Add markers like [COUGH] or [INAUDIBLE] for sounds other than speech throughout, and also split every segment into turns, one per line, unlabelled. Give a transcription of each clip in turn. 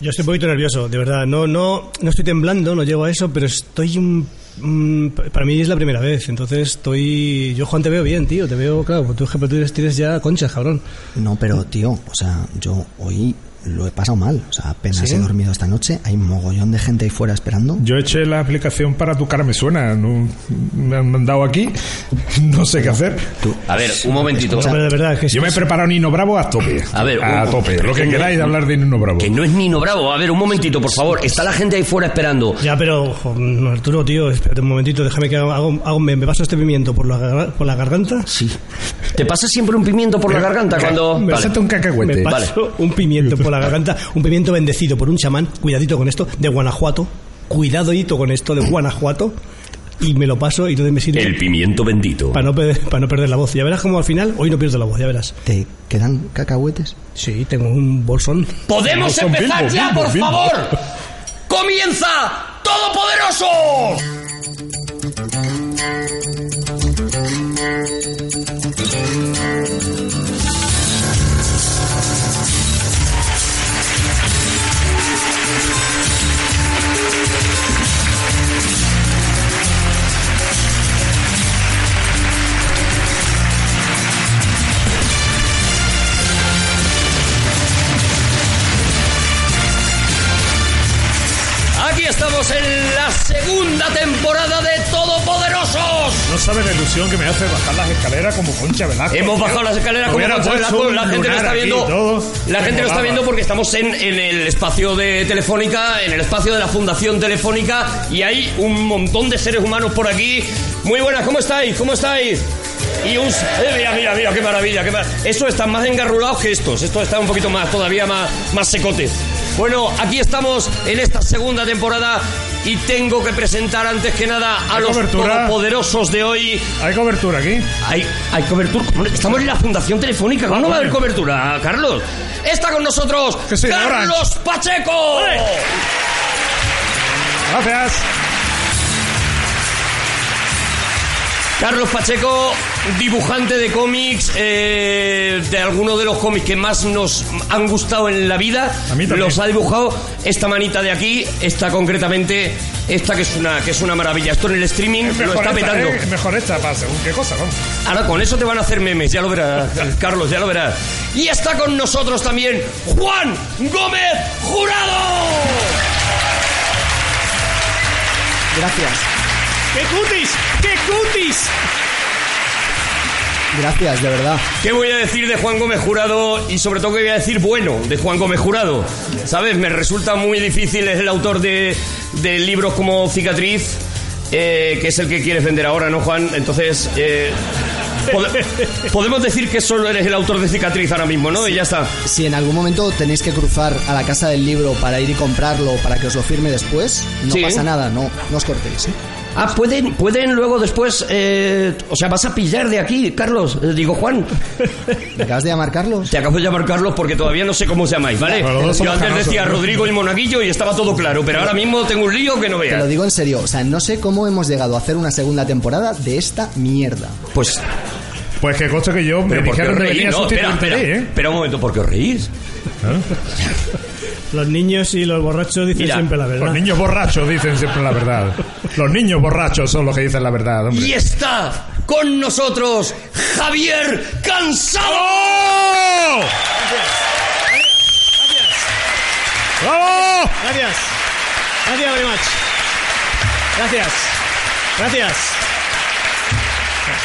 Yo estoy un poquito nervioso, de verdad. No, no, no estoy temblando, no llego a eso, pero estoy un Mm, para mí es la primera vez, entonces estoy. Yo, Juan, te veo bien, tío. Te veo, claro, por tu ejemplo, tú tienes ya conchas, cabrón.
No, pero tío, o sea, yo hoy lo he pasado mal. O sea, apenas he dormido esta noche. Hay mogollón de gente ahí fuera esperando.
Yo eché la aplicación para tu cara me suena. No, me han mandado aquí. [LAUGHS] No sé qué hacer.
Tú-
A ver, un momentito.
Pero de verdad, que
Yo me he preparado Nino Bravo a tope.
A ver,
a
un-
tope. Lo que
que-
queráis de hablar de Nino Bravo.
Que no es Nino Bravo. A ver, un momentito, por favor. Está la gente ahí fuera esperando.
Ya, pero, jo, no, Arturo, tío, espérate un momentito, déjame que haga, hago- hago- me, me paso este pimiento por la, gar- por la garganta.
Sí. ¿Te pasa siempre un pimiento por la garganta cuando.?
Me
Vale.
salta un
Me
cacahuete.
paso un pimiento por la garganta, un pimiento bendecido por un chamán, cuidadito con esto, de Guanajuato, cuidadito con esto, de Guanajuato, y me lo paso y entonces me sirve
El pimiento bendito.
para, no perder, para no perder la voz. Ya verás como al final, hoy no pierdo la voz, ya verás.
¿Te quedan cacahuetes?
Sí, tengo un bolsón.
¡Podemos
Son
empezar
Bilbo,
ya,
Bilbo,
por
Bilbo.
favor! ¡Comienza Todopoderoso! Aquí estamos en la segunda temporada de Todopoderosos.
No sabes la ilusión que me hace bajar las escaleras como Concha Velasco.
Hemos bajado las escaleras como
Hubiera
Concha
puesto
Velasco,
un
La gente lo
lunar
está
aquí,
viendo.
todo.
La
Me
gente lo está
molaba.
viendo porque estamos en, en el espacio de Telefónica, en el espacio de la Fundación Telefónica y hay un montón de seres humanos por aquí. Muy buenas, ¿cómo estáis? ¿Cómo estáis? Y un... eh, mira, mira, mira, qué maravilla, qué mar- Estos están más engarrulados que estos. Estos están un poquito más, todavía más, más secotes. Bueno, aquí estamos en esta segunda temporada y tengo que presentar antes que nada a
Hay
los
cobertura.
poderosos de hoy.
Hay cobertura aquí.
Hay, hay cobertura. Hombre, Estamos en la Fundación Telefónica. ¿Cómo no va a haber cobertura, Carlos? Está con nosotros
Que sí,
Carlos Pacheco.
Gracias.
Carlos Pacheco, dibujante de cómics, eh, de alguno de los cómics que más nos han gustado en la vida.
A mí también.
Los ha dibujado esta manita de aquí, esta concretamente, esta que es una, que es una maravilla. Esto en el streaming lo
Mejor
está
esta,
petando.
eh, Mejor esta, para según qué cosa, vamos.
Ahora con eso te van a hacer memes, ya lo verás, Carlos, ya lo verás. Y está con nosotros también Juan Gómez Jurado.
Gracias.
¡Qué cutis! ¡Qué cutis!
Gracias, de verdad.
¿Qué voy a decir de Juan Gómez Jurado y sobre todo qué voy a decir bueno de Juan Gómez Jurado? ¿Sabes? Me resulta muy difícil, es el autor de, de libros como Cicatriz, eh, que es el que quieres vender ahora, ¿no, Juan? Entonces, eh, pode- podemos decir que solo eres el autor de Cicatriz ahora mismo, ¿no? Y ya está.
Si en algún momento tenéis que cruzar a la casa del libro para ir y comprarlo, para que os lo firme después, no
Sí.
pasa nada, no, no os cortéis. ¿eh?
Ah, pueden, pueden luego después. eh, o sea, vas a pillar de aquí, Carlos. Eh, digo, Juan.
¿Me acabas de llamar Carlos?
Te acabo de llamar Carlos porque todavía no sé cómo os llamáis, ¿vale?
Pero los dos
Yo
somos
antes
canosos,
decía
¿no?
Rodrigo y Monaguillo y estaba todo claro, pero ahora mismo tengo un lío que no
Te lo
veas.
digo en serio, o sea, no sé cómo hemos llegado a hacer una segunda temporada de esta mierda.
Pues.
Pues que coste que yo me
Pero ¿por qué
dijeron
os
que
reís?
venía a
No, espera,
sustituirte
espera.
a ti, ¿eh?
Espera un momento, ¿por qué os reís?
Los niños y los borrachos dicen
Mira,
siempre la
Los
verdad.
niños borrachos dicen siempre la verdad. Los niños borrachos son los que dicen la verdad, hombre.
Y está con nosotros Javier Cansado.
¡Bravo!
Gracias. Gracias very much. Gracias. Gracias.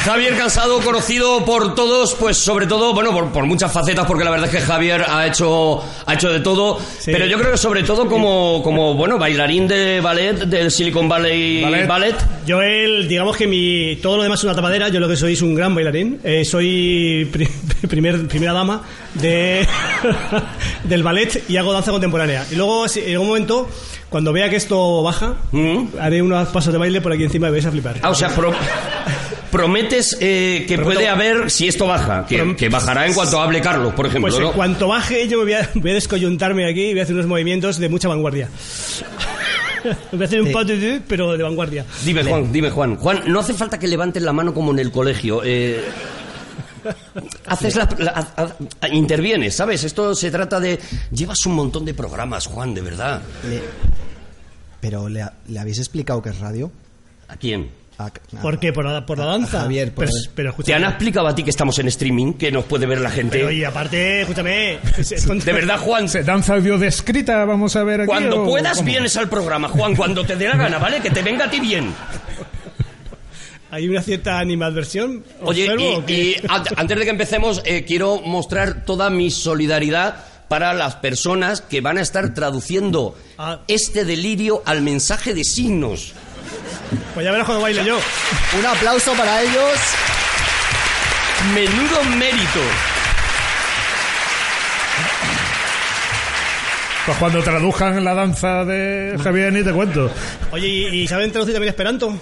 Javier Cansado, conocido por todos, pues sobre todo, bueno, por, por muchas facetas, porque la verdad es que Javier ha hecho, ha hecho de todo,
Sí.
pero yo creo que sobre todo como, como, bueno, bailarín de ballet, del Silicon Valley
Ballet.
Ballet.
Joel, digamos que mi, todo lo demás es una tapadera. Yo lo que soy es un gran bailarín. Eh, soy pri- [LAUGHS] primer, primera dama de, [LAUGHS] del ballet y hago danza contemporánea. Y luego, si- en un momento, cuando vea que esto baja,
Mm.
haré unos pasos de baile por aquí encima y vais a flipar.
Ah, o sea, pro- prometes eh, que puede haber, si esto baja, que,
Prom-
que bajará en cuanto hable Carlos, por ejemplo,
Pues en
¿no?
cuanto baje, yo me voy a, [LAUGHS] voy a descoyuntarme aquí y voy a hacer unos movimientos de mucha vanguardia. [LAUGHS] voy a hacer un
Sí.
pas de deux, pero de vanguardia.
Dime, Juan, dime, Juan. Juan, no hace falta que levantes la mano como en el colegio. eh, haces la, la- ha- ha- intervienes, ¿sabes? Esto se trata de llevas un montón de programas, Juan, de verdad.
Le- pero le, le habéis explicado que es radio. Ah,
¿A quién?
A- a-
¿Por qué? ¿Por la, por la
a- a
danza?
Ah, Javier, por
pero,
el-
pero
¿Te han
escúchame.
explicado a ti que estamos en streaming, que nos puede ver la gente?
Pues Pero, y aparte, escúchame.
[LAUGHS]
es- es con-
de verdad, Juan,
Se danza audiodescrita, vamos a ver aquí.
cuando
o
puedas
cómo?
vienes al programa, Juan, cuando te dé la gana, ¿vale? Que te venga a ti bien.
Hay una cierta animadversión.
Oye,
observo,
y,
que-
y an- antes de que empecemos, eh, quiero mostrar toda mi solidaridad para las personas que van a estar traduciendo
Ah.
este delirio al mensaje de signos.
Pues ya verás cuando baile yo.
Un aplauso para ellos.
Menudo mérito.
Pues cuando tradujan la danza de Javier ni te cuento.
Oye, ¿y, y saben traducir también Esperanto?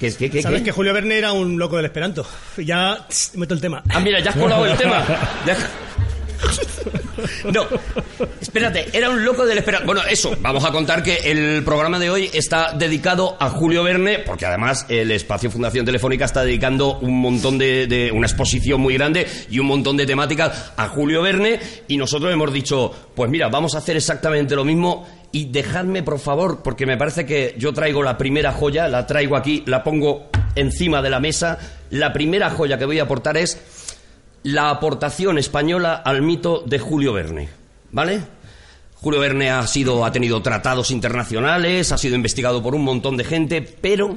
¿Qué, qué, qué,
Sabes
qué?
que Julio Verne era un loco del Esperanto. Ya tss, meto el tema.
Ah, mira, ya has colado el tema. Ya- No, espérate, era un loco del esperanto. Bueno, eso, vamos a contar que el programa de hoy está dedicado a Julio Verne, porque además el espacio Fundación Telefónica está dedicando un montón de, de- una exposición muy grande y un montón de temáticas a Julio Verne, y nosotros hemos dicho, pues mira, vamos a hacer exactamente lo mismo. Y dejadme, por favor, porque me parece que yo traigo la primera joya, la traigo aquí, la pongo encima de la mesa. La primera joya que voy a aportar es la aportación española al mito de Julio Verne, ¿vale? Julio Verne ha sido ha tenido tratados internacionales, ha sido investigado por un montón de gente, pero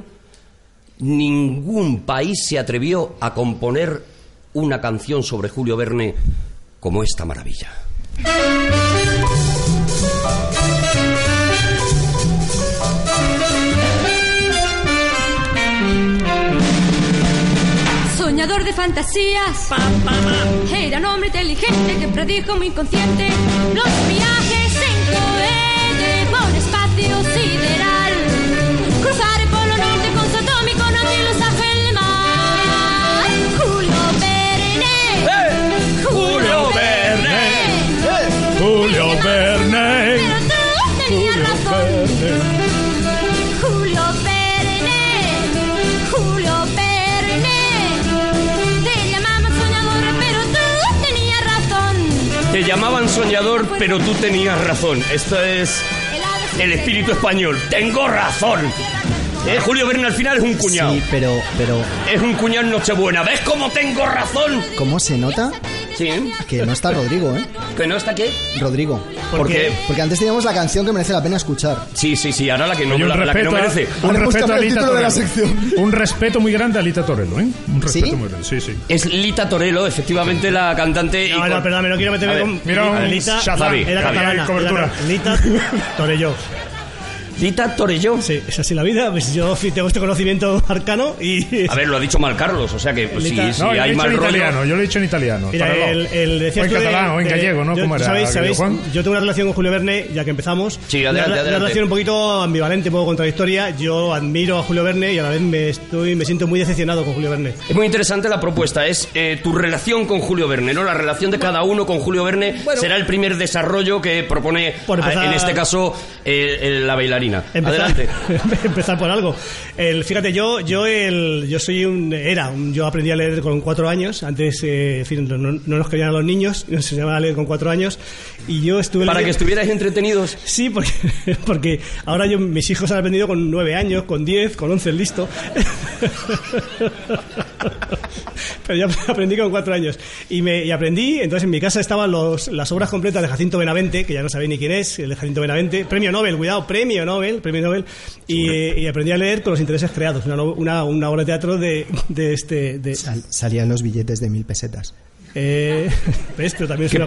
ningún país se atrevió a componer una canción sobre Julio Verne como esta maravilla.
Soñador de fantasías. Era un hombre inteligente que predijo muy consciente los viajes en cohete por espacio sideral. Cruzar el polo norte con su atómico no y los el mar. Julio Verne.
Julio Verne.
Julio
Tenía razón,
Verne.
Pero tú tenías razón. Julio Verne, Julio Verne. Te llamaban soñadora, pero tú tenías razón.
Te llamaban soñador, pero tú tenías razón. Esto es
ave
el espíritu español. Tengo razón. Eh, Julio Verne al final es un cuñado.
Sí, pero, pero
Es un cuñado en Nochebuena. ¿Ves cómo tengo razón?
¿cómo se nota
Sí.
que no está Rodrigo, eh?
¿Que no está qué?
Rodrigo.
Porque.
Porque antes teníamos la canción que merece la pena escuchar.
Sí, sí, sí, ahora la que no,
Y un
la, la que
respeto,
no
a-
¿eh?
merece.
un
Ahora
respeto
búscame
a
pues el
Lita
título de la
Torello. Un respeto muy grande a Lita Torello, ¿eh? Un respeto
¿Sí?
muy grande, sí, sí.
Es Lita Torello, efectivamente la cantante. y
No,
con-
no, perdóname, no quiero
A
meterme
ver,
con.
mira un
Lita
Shazam.
Javi, era
Javi,
catalana.
hay cobertura.
era- Lita Torello.
Lita Torello.
Sí, es así la vida. Pues yo [LAUGHS] sí tengo este conocimiento arcano y.
A ver, lo ha dicho mal Carlos, o sea que pues,
Lita-
si, si
No, yo lo he
hay
dicho
mal
en
rollo.
italiano, yo lo he dicho en italiano.
[LAUGHS] Mira,
Torello.
el, el decías
o en
tú de-
catalán, o en
de-
gallego, ¿no?
yo-
¿Cómo era?
¿Sabéis? ¿sabéis?
querido Juan?
Yo tengo una relación con Julio Verne, ya que empezamos.
Sí, adelante,
Una- una,
adelante.
relación un poquito ambivalente, un poco contradictoria. Yo admiro a Julio Verne y a la vez me estoy, me siento muy decepcionado con Julio Verne.
Es muy interesante la propuesta, es eh, tu relación con Julio Verne, ¿no? La relación de cada uno con Julio Verne será el primer desarrollo que propone,
Por empezar-
a- en este caso, eh, eh, la
[LAUGHS]
bailarina. Adelante.
empezar por algo. El, fíjate, yo, yo, el, yo soy un. Era, un- yo aprendí a leer con cuatro años. Antes, eh, en fin, no, no nos querían a los niños, [LAUGHS] nos enseñaban a leer con cuatro años. Y yo estuve.
Para que
leyendo-
estuvierais entretenidos.
Sí, porque, [LAUGHS] porque ahora yo, mis hijos han aprendido con nueve años, con 10, con 11 listo. [LAUGHS] Pero yo aprendí con cuatro años. Y, me, y aprendí, entonces en mi casa estaban los, las obras completas de Jacinto Benavente, que ya no sabéis ni quién es, el Jacinto Benavente, premio Nobel, cuidado, premio Nobel, premio Nobel. Y, eh, y aprendí a leer con los intereses creados, una, no- una, una obra de teatro de, de este... De,
Sal- salían los billetes de mil pesetas.
eh, [LAUGHS] esto también es
Qué
una-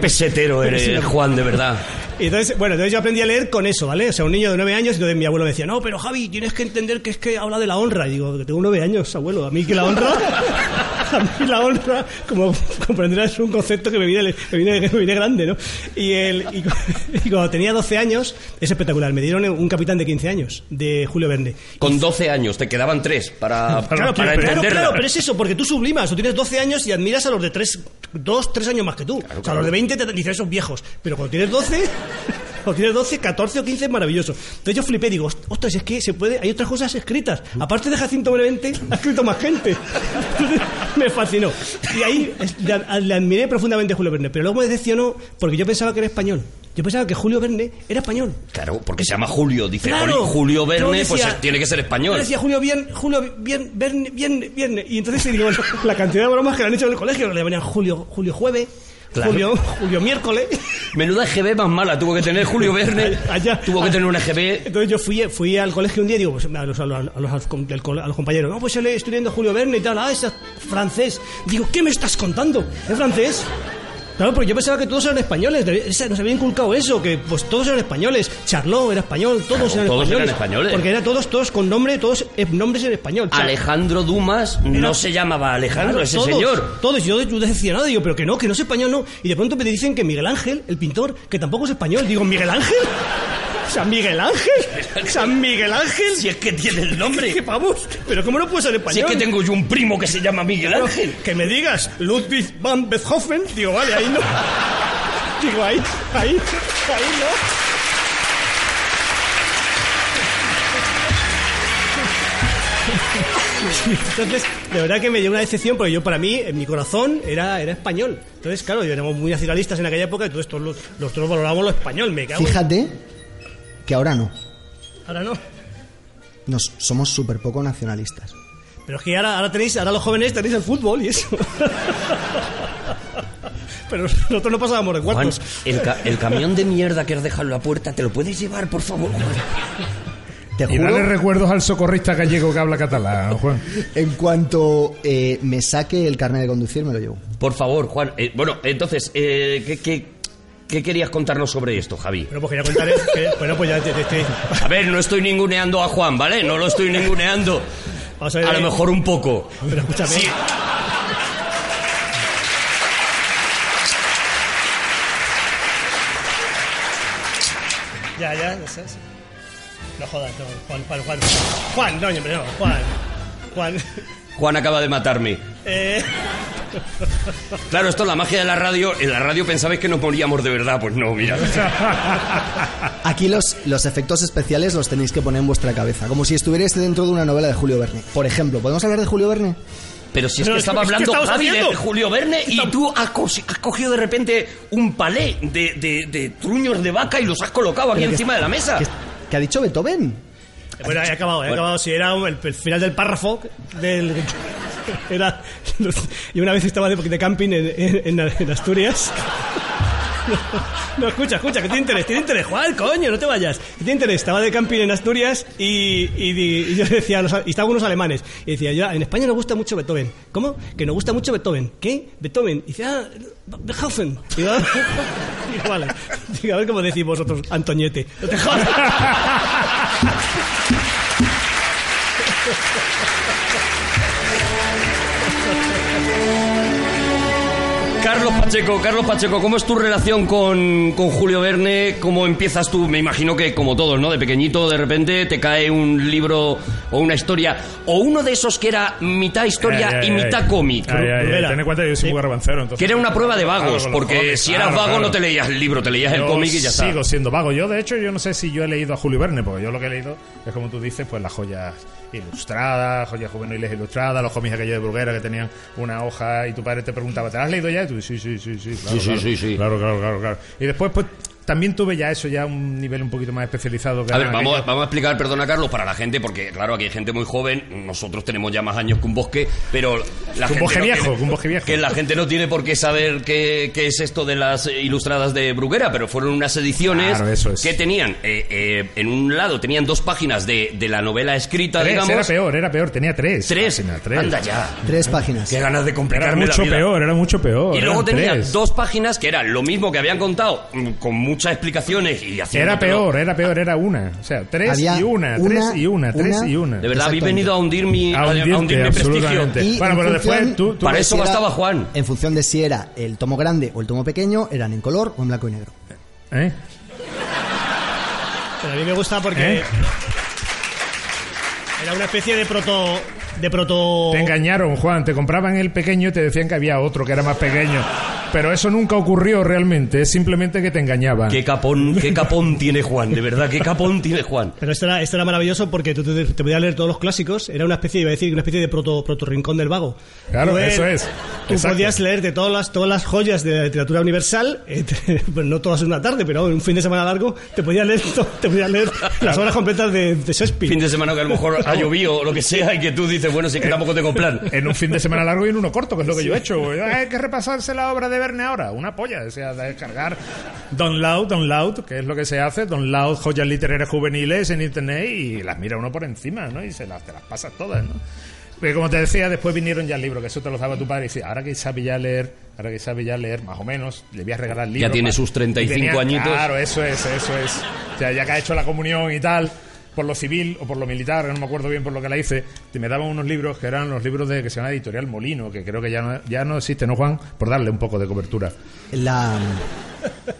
[LAUGHS]
pesetero
es una-
eres, Juan, de verdad.
y entonces, bueno, entonces yo aprendí a leer con eso, ¿vale? O sea, un niño de nueve años, entonces mi abuelo me decía, no, pero Javi, tienes que entender que es que habla de la honra. Y digo, que tengo nueve años, abuelo, a mí que la honra, [LAUGHS] a mí la honra, como comprenderás, es un concepto que me viene, me viene, que me viene grande, ¿no? Y, el, y, cu- y [LAUGHS] cuando tenía 12 años, es espectacular, me dieron un capitán de 15 años, de Julio Verne.
Con 12 años, te quedaban 3 para,
Claro,
para
pero, claro,
entenderla.
claro, pero es eso, porque tú sublimas, tú tienes 12 años y admiras a los de 3, 2, 3 años más que tú. o sea, a
claro. [LAUGHS]
los de 20 te dicen esos viejos, pero cuando tienes 12, o tienes 12, 14 o 15 es maravilloso. Entonces yo flipé, digo, ostras, es que se puede, hay otras cosas escritas. Aparte de Jacinto Benavente, [LAUGHS] ha escrito más gente. Entonces me fascinó. Y ahí es- le, ad- le admiré profundamente a Julio Verne, pero luego me decepcionó porque yo pensaba que era español. Yo pensaba que Julio Verne era español.
Claro, porque se llama Julio. Dice
Claro.
"Juli- Julio
Yo
Verne,
decía-
pues eh, tiene que ser
Yo
español.
decía Julio bien, Julio bien, Verne, bien, bien. Y entonces digo, [LAUGHS] la cantidad de bromas que le han hecho en el colegio, le ponían Julio, Julio jueves,
Claro.
Julio, Julio miércoles.
Menuda GB más mala tuvo que tener
[LAUGHS]
Julio Verne.
Allá.
tuvo que tener una GB.
Entonces yo fui, fui al colegio un día y digo, pues, a, los, a, los, a los- a los com- del cole- a los compañeros, no, pues yo le estoy leyendo Julio Verne y tal, ah, es francés. Digo, ¿qué me estás contando? ¿Es francés? Claro, porque yo pensaba que todos eran españoles, de- esa- nos había inculcado eso, que pues todos eran españoles, Charlot era español, todos,
Claro,
eran,
todos
españoles,
eran españoles.
Porque eran todos, todos con nombre, todos eh, nombres en español. Char-
Alejandro Dumas no
Era-
se llamaba Alejandro, ese
todos,
señor.
Todos, yo, yo decepcionado, digo, pero que no, que no es español, no. Y de pronto me dicen que Miguel Ángel, el pintor, que tampoco es español. Digo, ¿Miguel Ángel? ¿San Miguel
[LAUGHS]
Ángel? ¿San Miguel Ángel?
Si es que
[LAUGHS]
tiene el nombre.
¿Qué vamos? ¿Pero cómo no puede ser
Si
español?
es que tengo yo un primo que se llama Miguel
Claro,
Ángel.
que me digas Ludwig van Beethoven, digo, vale, ahí no. Digo, ahí, ahí, ahí no. Entonces, de verdad que me dio una decepción porque yo para mí, en mi corazón, era, era español. Entonces, claro, yo éramos muy nacionalistas en aquella época, entonces todos los, los todos valorábamos lo español, me cago. en-
Fíjate que ahora no.
Ahora no.
Nos, somos súper poco nacionalistas.
Pero es que ahora, ahora tenéis, ahora los jóvenes tenéis el fútbol y eso. [LAUGHS] Pero nosotros no pasábamos de
Juan,
cuartos.
el, ca- el camión de mierda que has dejado en la puerta, ¿te lo puedes llevar, por favor?
Te
Y
juro,
dale recuerdos al socorrista gallego que habla catalán, Juan.
en cuanto eh, me saque el carnet de conducir, me lo llevo.
Por favor, Juan. Eh, bueno, entonces, eh, ¿qué, qué, qué querías contarnos sobre esto, Javi?
Bueno, pues quería contar es que, bueno, pues ya te, te- te-
A ver, no estoy ninguneando a Juan, ¿vale? No lo estoy ninguneando.
Vamos
A
a ver,
lo
eh.
mejor un poco.
Pero escúchame.
Sí.
Ya, ya, ya sabes. No jodas, no, Juan, Juan, Juan. Juan, no, hombre, no, Juan. Juan. [LAUGHS]
Juan acaba de matarme.
Eh,
Claro, esto es la magia de la radio. En la radio pensabais que nos moríamos de verdad. Pues no, mira.
Aquí los, los efectos especiales los tenéis que poner en vuestra cabeza, como si estuvierais dentro de una novela de Julio Verne. Por ejemplo, ¿podemos hablar de Julio Verne?
Pero si es
Pero
que
es que-
estaba
es que
hablando
estamos
Javi de
haciendo.
Julio Verne y tú has, co- has cogido de repente un palé de, de- de truños de vaca y los has colocado aquí encima de la
Ah.
mesa.
¿Qué, qué ha dicho Beethoven?
bueno, he acabado, he acabado. Si era el, el final del párrafo del. Era. Yo una vez estaba de, de camping en, en- en- en Asturias. No, escucha, escucha, que tiene interés, tiene interés, Juan, coño, no te vayas. Que tiene interés, estaba de camping en Asturias y, y di- y yo decía, a los- y estaban unos alemanes, y decía, yo, en España nos gusta mucho Beethoven. ¿Cómo? Que nos gusta mucho Beethoven. ¿Qué? Beethoven. Y dice, ah, Beethoven. Y [LAUGHS] yo, digo, vale. Digo, a ver cómo decís vosotros, Antoñete. No te jodas.
Carlos Pacheco, Carlos Pacheco, ¿cómo es tu relación con, con Julio Verne? ¿Cómo empiezas tú? Me imagino que como todos, ¿no? De pequeñito, de repente te cae un libro o una historia, o uno de esos que era mitad historia
Ay, ay,
y
ay.
mitad cómic.
Ay, ay, ay.
Novela.
Ten en cuenta que yo soy muy garbancero. entonces-
Que era una prueba de
Claro,
vagos,
con los
porque
cómics,
si eras
claro,
vago
claro.
no te leías el libro, te leías el
Yo
cómic y ya está.
Sigo siendo vago. Yo, de hecho, yo no sé si yo he leído a Julio Verne, porque yo lo que he leído es como tú dices, pues las joyas ilustradas, joyas juveniles ilustradas, los cómics aquellos de Bruguera que tenían una hoja y tu padre te preguntaba, ¿te las has leído ya? Y tú, sí, sí, sí, sí. Claro,
Sí, sí,
claro,
sí, sí.
Claro, claro, claro, claro. Y después, pues. También tuve ya eso, ya un nivel un poquito más especializado. Que
A ver,
eran
vamos,
aquellos-
vamos a explicar, perdona Carlos, para la gente, porque claro, aquí hay gente muy joven, nosotros tenemos ya más años que un bosque, pero la
Que un
gente
bosque
no
viejo,
tiene-
que un bosque viejo.
Que la gente no tiene por qué saber qué, qué es esto de las eh, ilustradas de Bruguera, pero fueron unas ediciones
Claro, eso es.
que tenían, eh, eh, en un lado tenían dos páginas de, de la novela escrita,
Tres,
digamos.
era peor, era peor, tenía tres.
Tres.
Páginas, tres.
Anda ya.
Tres páginas.
Qué ganas de complicarme
Era
la
mucho
vida.
peor, era mucho peor.
Y luego
Oh, eran
tenía
tres.
dos páginas que eran lo mismo que habían contado, mm, con muchas explicaciones y haciendo.
Era peor, era peor, era una. O sea, tres
Había
y una, tres
una,
y una, tres
una.
y una.
De verdad, habéis
Exactamente.
venido a hundir mi,
A hundirte,
mi prestigio.
absolutamente.
Y
Bueno,
en
pero
función-
después tú... tú-
Para eso
Si era-
bastaba Juan.
En función de si era el tomo grande o el tomo pequeño, eran en color o en blanco y negro.
¿Eh?
Pero a mí me gusta porque
¿Eh?
era una especie de proto. de proto.
Oh.
Te engañaron, Juan. Te compraban el pequeño y te decían que había otro que era más pequeño. Pero eso nunca ocurrió realmente, es simplemente que te engañaban.
Qué capón,
[LAUGHS]
qué capón tiene Juan, de verdad, qué capón tiene Juan.
Pero esto era, esto era maravilloso porque tú te, te podías leer todos los clásicos. Era una especie, iba a decir, una especie de proto, proto rincón del vago.
Claro,
Tú, eh,
eso es.
Tú
Exacto.
podías leerte todas las, todas las joyas de la literatura universal, eh, [LAUGHS] te- pues no todas en una tarde, pero en un fin de semana largo, te podías leer, to- te podías
[LAUGHS]
leer las obras completas de, de Shakespeare.
Fin de semana que a lo mejor ha llovido o lo que sea y que tú dices, bueno, si es que tampoco tengo plan.
En un fin de semana largo y en uno corto, que es lo que yo he hecho. güey. Ah, Hay que repasarse la obra de Verne ahora. Una polla. O sea, descargar Download, Download, que es lo que se hace. Download joyas literarias juveniles en internet y las mira uno por encima, ¿no? Y se las, te las pasas todas, ¿no? Pero como te decía, después vinieron ya el libro, que eso te lo daba tu padre. Y decía, ahora que sabe ya leer, ahora que sabe ya leer, más o menos, le voy a regalar el libro.
tiene
para-
sus
Y
35
tenía-
añitos.
Claro, eso es, eso es. O sea, ya que ha hecho la comunión y tal, por lo civil o por lo militar, no me acuerdo bien por lo que la hice, te me daban unos libros que eran los libros de que se llama Editorial Molino, que creo que ya no, ya no existe, ¿no, Juan? Por darle un poco de cobertura.
La.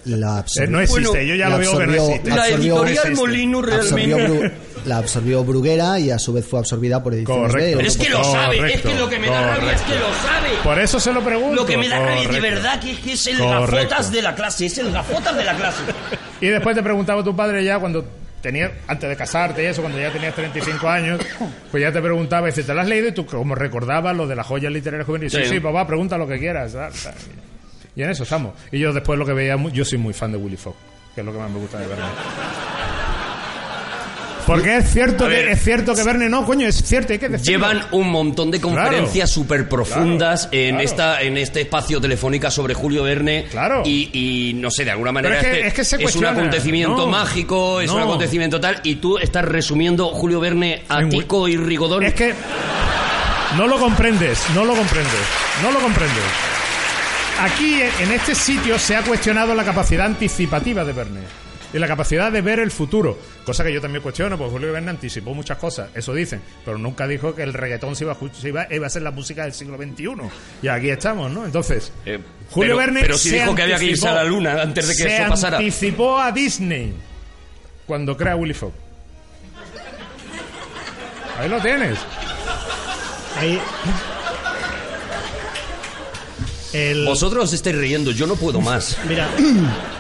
La absor-
Eh, no existe,
Bueno,
yo ya
la
lo veo que no
absorbió-
existe.
La
Absorbió-
este.
editorial Molino
absorbió
realmente...
Bru- la absorbió Bruguera y a su vez fue absorbida por ediciones B,
Correcto. Pero
Pero es que lo sabe, es que lo que me da rabia es que lo sabe.
Por eso se lo pregunto.
Lo que me da rabia de
Correcto.
verdad que es que es el
Correcto.
gafotas de la clase, es el gafotas de la clase.
Y después te preguntaba tu padre ya cuando tenías, antes de casarte y eso, cuando ya tenías 35 años, pues ya te preguntaba, dice, ¿te lo has leído? Y tú, como recordabas lo de las joyas literarias juveniles, sí,
Sí.
sí, papá, pregunta lo que quieras. tal, tal. Y en eso estamos. Y yo después lo que veía, mu- yo soy muy fan de Willy Fox, que es lo que más me gusta de Verne. Porque es cierto,
A ver.
que, es cierto que Verne no, coño, es cierto, hay que decirlo.
Llevan un montón de conferencias súper profundas
claro,
en
claro.
esta en este espacio telefónica sobre Julio Verne.
Claro.
Y, y no sé, de alguna manera
Pero es que-
este
es que se
un
cuestiona,
acontecimiento
no,
mágico, es un
no.
acontecimiento tal. Y tú estás resumiendo Julio Verne a
En Wi-
Tico y Rigodón.
Es que no lo comprendes, no lo comprendes, no lo comprendes. Aquí, en en este sitio, se ha cuestionado la capacidad anticipativa de Verne. Y la capacidad de ver el futuro. Cosa que yo también cuestiono, porque Julio Verne anticipó muchas cosas, eso dicen. Pero nunca dijo que el reggaetón se iba a, escuch- se iba, iba a ser la música del siglo XXI. Y aquí estamos, ¿no? Entonces,
Eh,
Julio
pero-
Verne.
pero sí
se
dijo que había que irse
anticipó-
a la luna antes de que
se
eso pasara.
anticipó a Disney cuando crea Willy Fox. Ahí lo tienes.
Ahí- El-
Vosotros os estáis riendo, yo no puedo más.
[CLEARS THROAT]
Mira,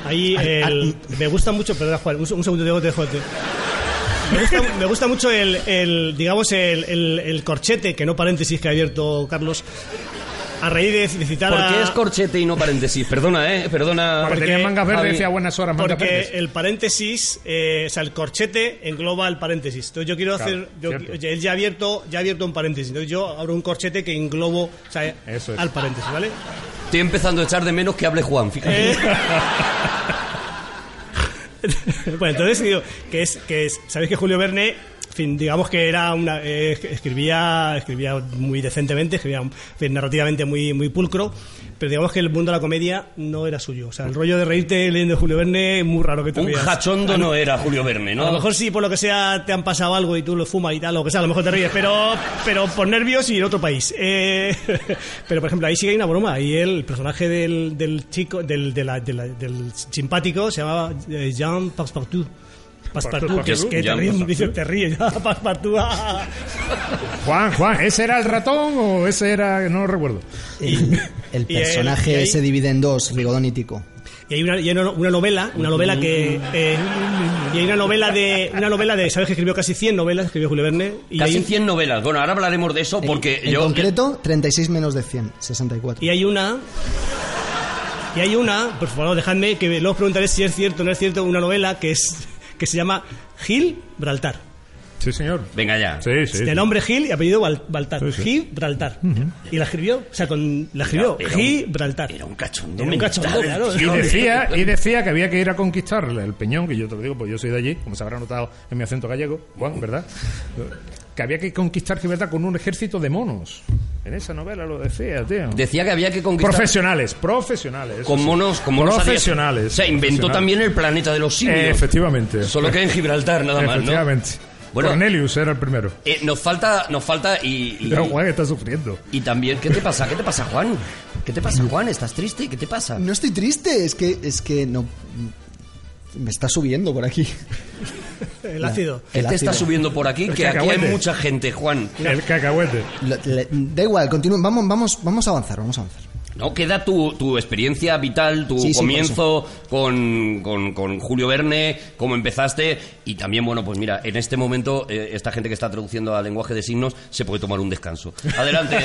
ahí el- me gusta mucho, perdona Juan, un, se- un segundo Diego, te dejo. te- Me gusta, me gusta mucho el, el, digamos, el, el- el corchete, que no paréntesis que ha abierto Carlos, a raíz de, de citar
¿Por qué
a-
es corchete y no paréntesis? Perdona, eh, perdona.
Porque tenía mangas verdes,
Javi-
decía buenas horas, mangas
Porque
verdes.
el paréntesis, eh, o sea, el corchete engloba el paréntesis. Entonces yo quiero
Claro,
hacer, yo-
cierto.
oye, él ya ha abierto, ya ha abierto un paréntesis. Entonces yo abro un corchete que englobo, o sea,
Eso es.
al paréntesis, ¿vale?
Estoy empezando a echar de menos que hable Juan, fíjate.
Eh. [LAUGHS] bueno, entonces digo que es que es, sabéis que Julio Verne, en fin, digamos que era una eh, escribía escribía muy decentemente, escribía en fin, narrativamente muy muy pulcro, pero digamos que el mundo de la comedia no era suyo, o sea, el rollo de reírte leyendo Julio Verne muy raro que te
Un
rías.
jachondo no era Julio Verne, ¿no?
A lo mejor sí, por lo que sea, te han pasado algo y tú lo fumas y tal, lo que sea, a lo mejor te ríes, pero, pero por nervios y en otro país. Eh, [LAUGHS] pero, por ejemplo, ahí sí que hay una broma. Y el personaje del, del chico, del, de la- de la- del simpático, se llamaba eh, Jean Passepartout. Passepartout, que es que te
Jean
ríes,
Passepartout.
dice, te ríes, [LAUGHS] ah, Passepartout. ah.
Juan, Juan, ¿ese era el ratón o ese era.? No lo recuerdo.
El, el
Y él-
personaje
y ahí-
se divide en dos, Rigodón y Tico.
Y hay una, y hay una- una novela, una novela que... eh, y hay una novela de... Una novela de ¿Sabes que escribió casi 100 novelas? Escribió Julio Verne. Y
Casi
hay-
100 novelas. Bueno, ahora hablaremos de eso porque
en
yo.
concreto, 36 menos de 100, 64.
Y hay una. Y hay una, por favor, dejadme que luego os preguntaré si es cierto o no es cierto, una novela que es que se llama Gibraltar.
Sí, señor.
Venga ya.
Sí, sí.
De nombre Gil y apellido Bal- Baltar.
Sí, sí.
Gibraltar. Y la escribió, o sea, con, la escribió
Era- era un-
Gibraltar.
Era un cachondo.
Era un
mental,
cachondo, claro.
tío.
Y [LAUGHS] decía, y decía que había que ir a conquistarle el peñón, que yo te lo digo, pues yo soy de allí, como se habrá notado en mi acento gallego, Juan, ¿verdad? Que había que conquistar Gibraltar con un ejército de monos. En esa novela lo decía, tío.
Decía que había que conquistar.
Profesionales, profesionales. eso
Con
sí.
monos, con monos
Profesionales.
adiestros. O sea, inventó
profesionales.
también el planeta de los simios.
Eh, efectivamente.
Solo que en Gibraltar, nada más, ¿no?
Efectivamente.
Bueno,
Cornelius era el primero.
eh, nos falta, nos falta y, y-
Pero Juan está sufriendo.
y también, ¿qué te pasa? ¿Qué te pasa, Juan? ¿Qué te pasa, Juan? ¿Estás triste? ¿Qué te pasa?
No estoy triste, es que, es que no. Me está subiendo por aquí. [LAUGHS]
El ácido.
El
Él te está
ácido.
subiendo por aquí,
El
que aquí hay
cacahuete.
mucha gente, Juan.
El cacahuete.
Lo- le- da igual, continúen. Vamos, vamos, vamos a avanzar, vamos a avanzar.
No, queda tu, tu experiencia vital, tu
Sí, sí,
comienzo con, con- con Julio Verne, cómo empezaste. Y también, bueno, pues mira, en este momento, eh, esta gente que está traduciendo a lenguaje de signos se puede tomar un descanso. Adelante.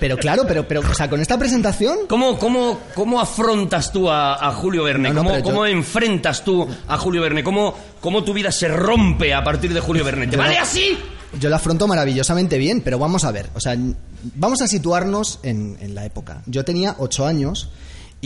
Pero claro, pero, pero, o sea, con esta presentación.
¿Cómo, cómo, cómo afrontas tú a, a Julio Verne?
No, no,
¿Cómo,
pero yo-
cómo enfrentas tú a Julio Verne? ¿Cómo, ¿Cómo tu vida se rompe a partir de Julio Verne? ¿Te
Yo-
vale así?
Yo la afronto maravillosamente bien, pero vamos a ver. O sea, vamos a situarnos en, en la época. Yo tenía ocho años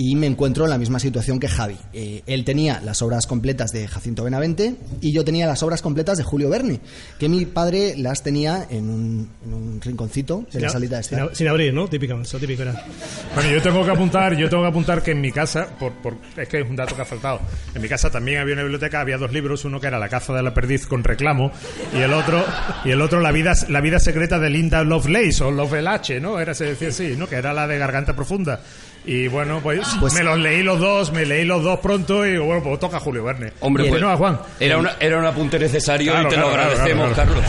y me encuentro en la misma situación que Javi. Eh, él tenía las obras completas de Jacinto Benavente y yo tenía las obras completas de Julio Verne, que mi padre las tenía en un, en un rinconcito de la salita de
sin,
estar.
ab- sin abrir, ¿no? Típico, eso típico era.
Bueno, yo tengo que apuntar, yo tengo que apuntar que en mi casa, por, por- es que es un dato que ha faltado. En mi casa también había una biblioteca, había dos libros, uno que era La caza de la perdiz con reclamo y el otro y el otro La vida la vida secreta de Linda Lovelace o Lovelace, ¿no? Era se decía así, ¿no? Que era la de garganta profunda. Y bueno, pues,
Pues-
me los leí los dos, me leí los dos pronto y digo, bueno, pues toca Julio Verne.
Hombre,
Y
pues,
no, a Juan.
Era, una, era un apunte necesario
Claro,
y te lo
claro, claro,
agradecemos,
claro, claro.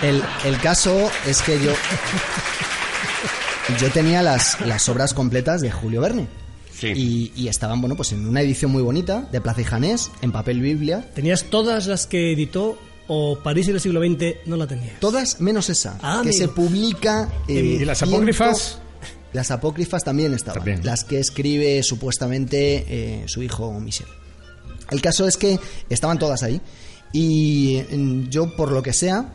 Carlos.
El, el caso es que yo. Yo tenía las, las obras completas de Julio Verne.
Sí.
Y, y estaban, bueno, pues en una edición muy bonita de Plaza y Janés, en papel Biblia,
¿Tenías todas las que editó o París en el siglo XX no la tenía?
Todas menos esa,
Ah,
que
amigo.
se publica. eh,
¿Y las apócrifas?
Las apócrifas también estaban.
También.
Las que escribe supuestamente eh, su hijo Michel. El caso es que estaban todas ahí. Y mm, yo, por lo que sea,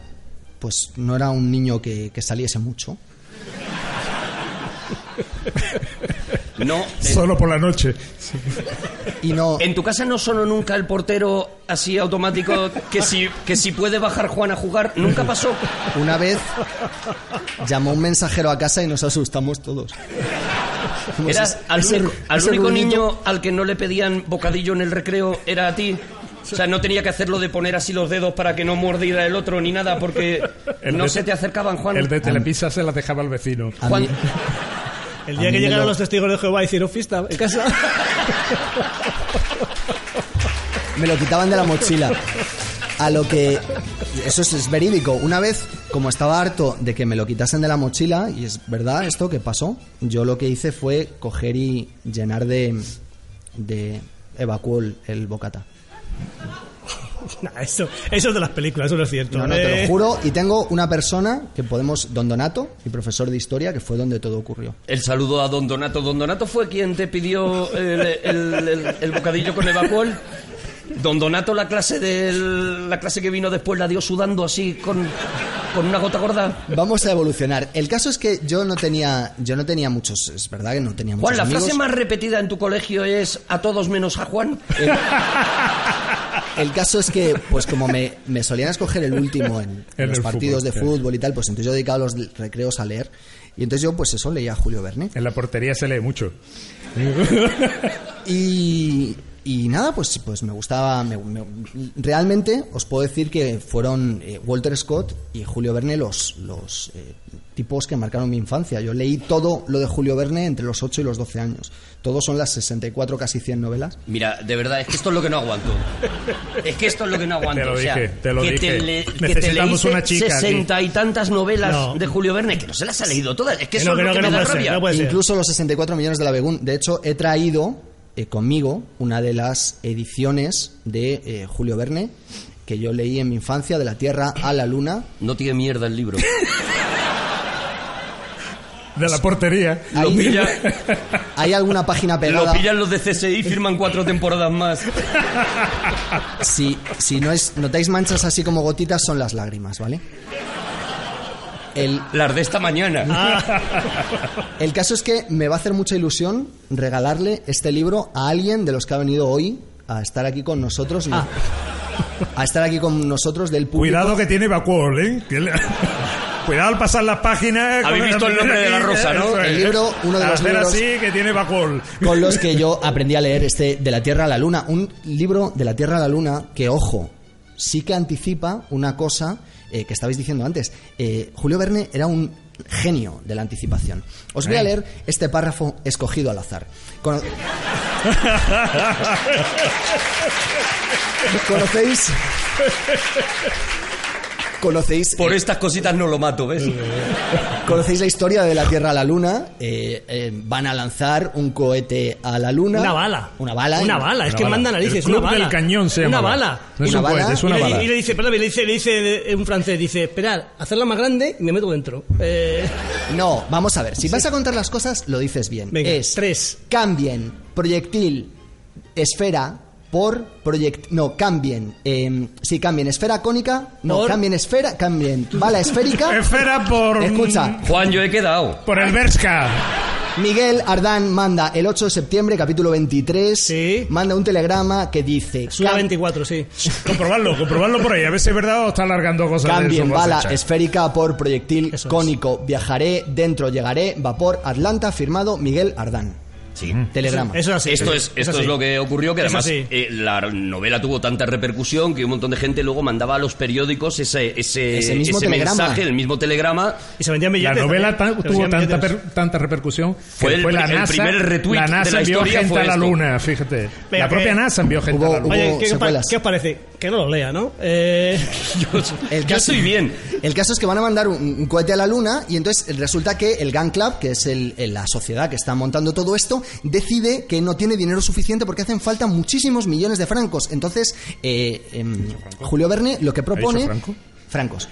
pues no era un niño que, que saliese mucho.
No, eh,
Solo por la noche.
Y no.
En tu casa no sonó nunca el portero así automático que si, que si puede bajar Juan a jugar, nunca pasó.
Una vez llamó un mensajero a casa y nos asustamos todos. Dijimos,
Era
"Ese-
al
ese-
único, al
ese
único
ruidito".
niño al que no le pedían bocadillo en el recreo era a ti. O sea, no tenía que hacerlo de poner así los dedos para que no mordiera el otro ni nada, porque
El
no
de-
se te acercaban, Juan.
El de Telepisa se la dejaba al vecino.
A
Juan-
mí-
El
A
día
mí
que
me
llegaron
lo-
los testigos de Jehová y hicieron fiesta en casa.
Me lo quitaban de la mochila. A lo que. Eso es, es verídico. Una vez, como estaba harto de que me lo quitasen de la mochila, y es verdad esto que pasó, yo lo que hice fue coger y llenar de. de. evacuol el bocata.
[LAUGHS] Nah, eso, eso es de las películas, eso no es cierto.
No, no, te
Eh,
lo juro. Y tengo una persona que podemos. Don Donato, mi profesor de historia, que fue donde todo ocurrió.
El saludo a Don Donato. Don Donato fue quien te pidió el, el- el- el bocadillo con evacol. Don Donato, la clase del, la clase que vino después, la dio sudando así con, con una gota gorda.
Vamos a evolucionar. El caso es que yo no tenía. Yo no tenía muchos. Es verdad que no tenía muchos.
Juan, la
amigos.
frase más repetida en tu colegio es a todos menos a Juan. Eh,
El caso es que, pues como me, me solían escoger el último en,
[LAUGHS] En
los
el
partidos de
fútbol, sí.
fútbol y tal, pues entonces yo dedicaba los recreos a leer. Y entonces yo, pues eso, leía a Julio Verne.
En la portería se lee mucho.
Y, y nada, pues, pues me gustaba. me- me- realmente os puedo decir que fueron eh, Walter Scott y Julio Verne los, los eh, tipos que marcaron mi infancia. Yo leí todo lo de Julio Verne entre los 8 y los 12 años. Todos son las 64, casi 100 novelas.
Mira, de verdad, es que esto es lo que no aguanto. Es que esto es lo que no aguanto.
Te lo
o sea,
dije, te lo
que
dije.
le- que
Necesitamos
leíste
una chica aquí.
sesenta y tantas novelas
No.
de Julio Verne, que no se las ha leído todas. Es que
Que
eso
no, que
es
no,
lo que,
que no
me da
puede ser,
rabia.
no puede ser.
Incluso los 64 millones de la Begún. De hecho, he traído eh, conmigo una de las ediciones de eh, Julio Verne que yo leí en mi infancia, de la Tierra a la Luna.
No tiene mierda el libro.
De la portería.
Lo
Ahí-
pilla-
[LAUGHS] Hay alguna página
Lo
pegada.
pillan los de CSI y firman cuatro temporadas más.
Si, si no es, notáis manchas así como gotitas, son las lágrimas, ¿vale? El,
Las de esta mañana.
Ah.
el caso es que me va a hacer mucha ilusión regalarle este libro a alguien de los que ha venido hoy a estar aquí con nosotros. ¿no? A estar aquí con nosotros del público.
Cuidado que tiene Evacuol, ¿eh? Que le- [LAUGHS] Cuidado al pasar las páginas.
Habéis visto el nombre de la rosa, ¿no?
Eso es.
El libro, uno de los
Hacer
libros-
así que tiene Evacuol.
con
[LAUGHS]
los que yo aprendí a leer este De la Tierra a la Luna, un libro de la Tierra a la Luna que, ojo, sí que anticipa una cosa eh, que estabais diciendo antes. Eh, Julio Verne era un genio de la anticipación. Os voy a leer este párrafo escogido al azar. Cono- ¿Conocéis? Conocéis,
Por estas cositas no lo mato, ¿ves?
conocéis la historia de la Tierra a la Luna. eh, eh, van a lanzar un cohete a la Luna.
Una bala.
Una bala.
Una bala, es
Una
que
bala.
manda
El
narices.
club
una bala.
del cañón se
Una
llamaba.
bala.
No es
Una
un
bala.
cohete, es
Y
una
le,
bala.
y le dice, perdón, y le dice, le dice eh, un francés, dice, esperad, hacerla más grande y me meto dentro. Eh,
No, vamos a ver. Si vas a contar las cosas, lo dices bien.
Venga,
es
tres.
Cambien proyectil esfera por proyect no cambien eh, si cambien esfera cónica no
Por-
cambien esfera cambien bala
[LAUGHS]
esférica
Esfera por.
escucha
Juan, yo he quedado.
Por el Berska.
Miguel Ardán manda el 8 de septiembre capítulo 23
Sí.
manda un telegrama que dice
es una
"Cam-
24, sí.
Comprobarlo, comprobarlo por ahí. A ver si es verdad o está alargando cosas. de
Cambien
su
bala
cosecha.
esférica por proyectil
Eso es.
cónico. Viajaré, dentro llegaré, vapor, Atlanta, firmado Miguel Ardán.
Sí.
Telegrama.
Eso es así.
Esto es, esto es
así.
lo que ocurrió, que
Es
además
así.
eh, la novela tuvo tanta repercusión que un montón de gente luego mandaba a los periódicos ese, ese,
Ese mismo telegrama.
mensaje, el mismo telegrama.
Y se vendían
La
billetes.
novela
también.
tan-
Se
tuvo
vendían
tanta,
billetes.
per- tanta repercusión que
Fue el
después la
pri- el
NASA,
primer retweet
la
de la
NASA envió
historia
gente
fue
a la
esto. eh,
luna, fíjate.
Venga,
la propia
que-
NASA envió gente
Hubo-
a la luna.
Oye,
Hubo
¿qué, os pa-
secuelas.
qué os parece? Que no lo lea, ¿no? Eh, [LAUGHS]
Yo,
[LAUGHS] El caso-
estoy bien.
El caso es que van a mandar un, un cohete a la luna y entonces resulta que el Gun Club, que es el- el- la sociedad que está montando todo esto, decide que no tiene dinero suficiente porque hacen falta muchísimos millones de francos. Entonces, eh, em, Julio Verne lo que propone...
dicho franco?
Francos.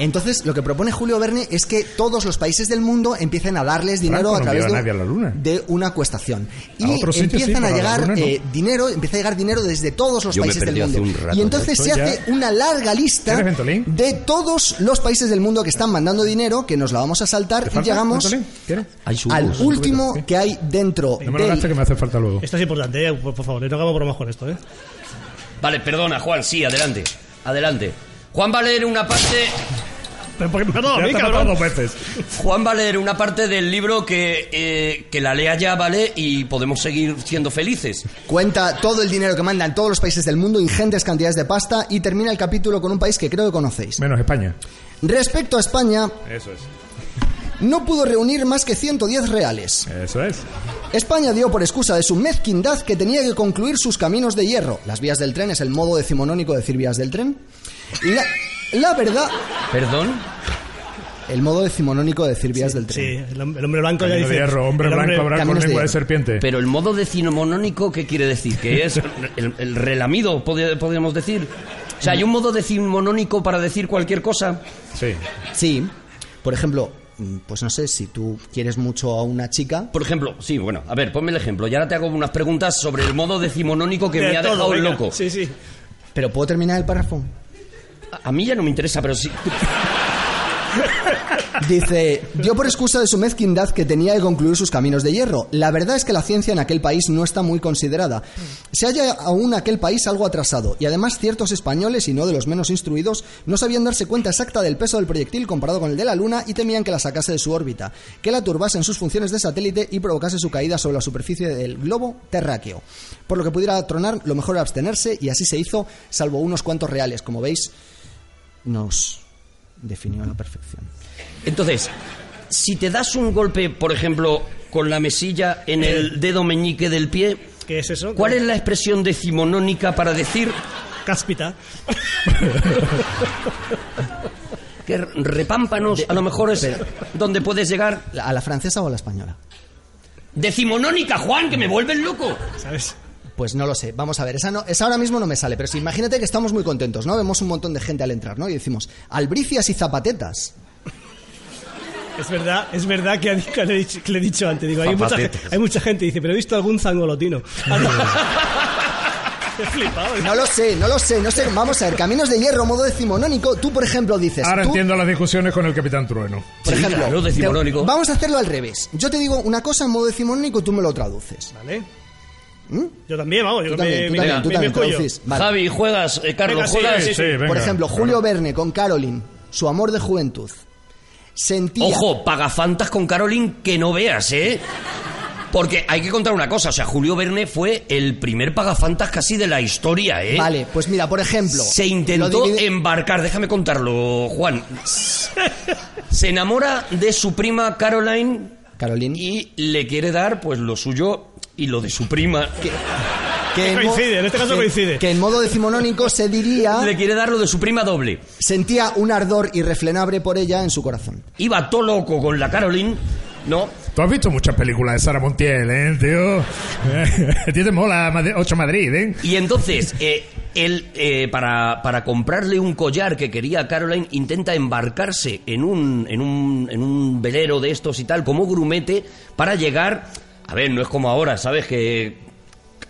Entonces, lo que propone Julio Verne es que todos los países del mundo empiecen a darles dinero
Franco
a
no
través
envió a
de,
nadie a la luna.
de una cuestación. Y
A otros sitios sí,
empiezan a
pero a la
llegar
luna no.
eh, dinero, empieza a llegar dinero desde todos los
Yo me
países del
perdí hace
mundo.
un rato
y
de
entonces
esto,
se
ya.
hace una larga lista
¿Tienes Ventolin?
de todos los países del mundo que están mandando dinero, que nos la vamos a saltar
¿Te
y
falta,
llegamos
Antolín? ¿Quieres?
al último que hay dentro
No me lo
del-
gastes que me hace falta luego.
esto es importante, eh, por, por favor, no hagamos bromas con esto, ¿eh?
Vale, perdona, Juan, sí, adelante. Adelante. Juan va a leer una parte.
Pero, porque- perdón,
Ya
mi
te
cabrón.
matado dos veces.
Juan va a leer una parte del libro que, eh, que la lea ya, ¿vale? Y podemos seguir siendo felices.
Cuenta todo el dinero que mandan todos los países del mundo, ingentes cantidades de pasta, y termina el capítulo con un país que creo que conocéis.
Menos España.
Respecto a España,
Eso es.
no pudo reunir más que 110 reales.
Eso es.
España dio por excusa de su mezquindad que tenía que concluir sus caminos de hierro. Las vías del tren es el modo decimonónico de decir vías del tren. La, la verdad,
¿Perdón?
el modo decimonónico de decir vías del
Sí,
tren.
el hom- el hombre blanco ya
Camino
dice.
de hierro, hombre
el
blanco, habrá con
caminos de
lengua de
hierro.
serpiente.
Pero el modo decimonónico, ¿qué quiere decir? Que es el, el relamido, pode- podríamos decir. O sea, hay un modo decimonónico para decir cualquier cosa.
Sí.
Sí, por ejemplo, mm, pues no sé, si tú quieres mucho a una chica,
Por ejemplo, sí, bueno, a ver, ponme el ejemplo. Y ahora te hago unas preguntas sobre el modo decimonónico que
De
me ha
todo,
dejado
venga.
loco.
Sí, sí.
pero ¿puedo terminar el párrafo?
A, a mí ya no me interesa, pero sí.
Dice, dio por excusa de su mezquindad que tenía que concluir sus caminos de hierro. La verdad es que la ciencia en aquel país no está muy considerada. Se halla aún aquel país algo atrasado, y además ciertos españoles, y no de los menos instruidos, no sabían darse cuenta exacta del peso del proyectil comparado con el de la Luna y temían que la sacase de su órbita, que la turbase en sus funciones de satélite y provocase su caída sobre la superficie del globo terráqueo. Por lo que pudiera tronar, lo mejor era abstenerse, y así se hizo, salvo unos cuantos reales. Como veis, nos definió a la perfección.
Entonces, si te das un golpe, por ejemplo, con la mesilla en el dedo meñique del pie,
¿Qué es eso?
¿cuál es la expresión decimonónica para decir
Cáspita.
que repámpanos a lo mejor es donde puedes llegar?
¿La- ¿A la francesa o a la española?
Decimonónica, Juan, que me vuelves loco.
¿Sabes?
Pues no lo sé, vamos a ver, esa, no, esa ahora mismo no me sale, pero si imagínate que estamos muy contentos, ¿no? Vemos un montón de gente al entrar, ¿no? Y decimos, albricias y zapatetas.
Es verdad, es verdad que, ha dicho- que le, he dicho, que le he dicho antes. Digo, hay mucha, gente- hay mucha gente que dice, pero he visto algún zangolotino. [LAUGHS] he flipado.
No lo sé, no lo sé, no sé, vamos a ver, caminos de hierro, modo decimonónico, tú por ejemplo dices...
Ahora
tú,
entiendo las discusiones con el Capitán Trueno.
por
Sí,
ejemplo,
claro,
te-
decimonónico.
vamos a hacerlo al revés. Yo te digo una cosa en modo decimonónico y tú me lo traduces.
Vale. Yo también, vamos. Yo
¿Mm? Tú también,
me,
tú
me-
también,
me-
tú
me
también
escollo.
traducís. Vale.
Javi, juegas, eh, Carlos,
Venga, sí,
juegas.
sí, sí.
por ejemplo, Julio Verne con Caroline, su amor de juventud. Sentía...
Ojo, pagafantas con Caroline que no veas, ¿eh? Porque hay que contar una cosa, o sea, Julio Verne fue el primer pagafantas casi de la historia, ¿eh?
Vale, pues mira, por ejemplo...
Se
lo
intentó
divide-
embarcar, déjame contarlo, Juan. Se enamora de su prima Caroline
Caroline...
y le quiere dar, pues, lo suyo y lo de su prima.
que, que en mo-
Coincide, en este caso
que-
coincide.
Que en modo decimonónico se diría
Le quiere dar lo de su prima doble.
sentía un ardor irrefrenable por ella en su corazón.
Iba todo loco con la Caroline, ¿no?
Tú has visto muchas películas de Sara Montiel, ¿eh, tío? [LAUGHS] A ti te mola Mad- 8 Madrid, ¿eh?
Y entonces, eh, él, eh, para, para comprarle un collar que quería Caroline, intenta embarcarse en un, en, un, en un velero de estos y tal, como grumete, para llegar. A ver, no es como ahora, ¿sabes? Que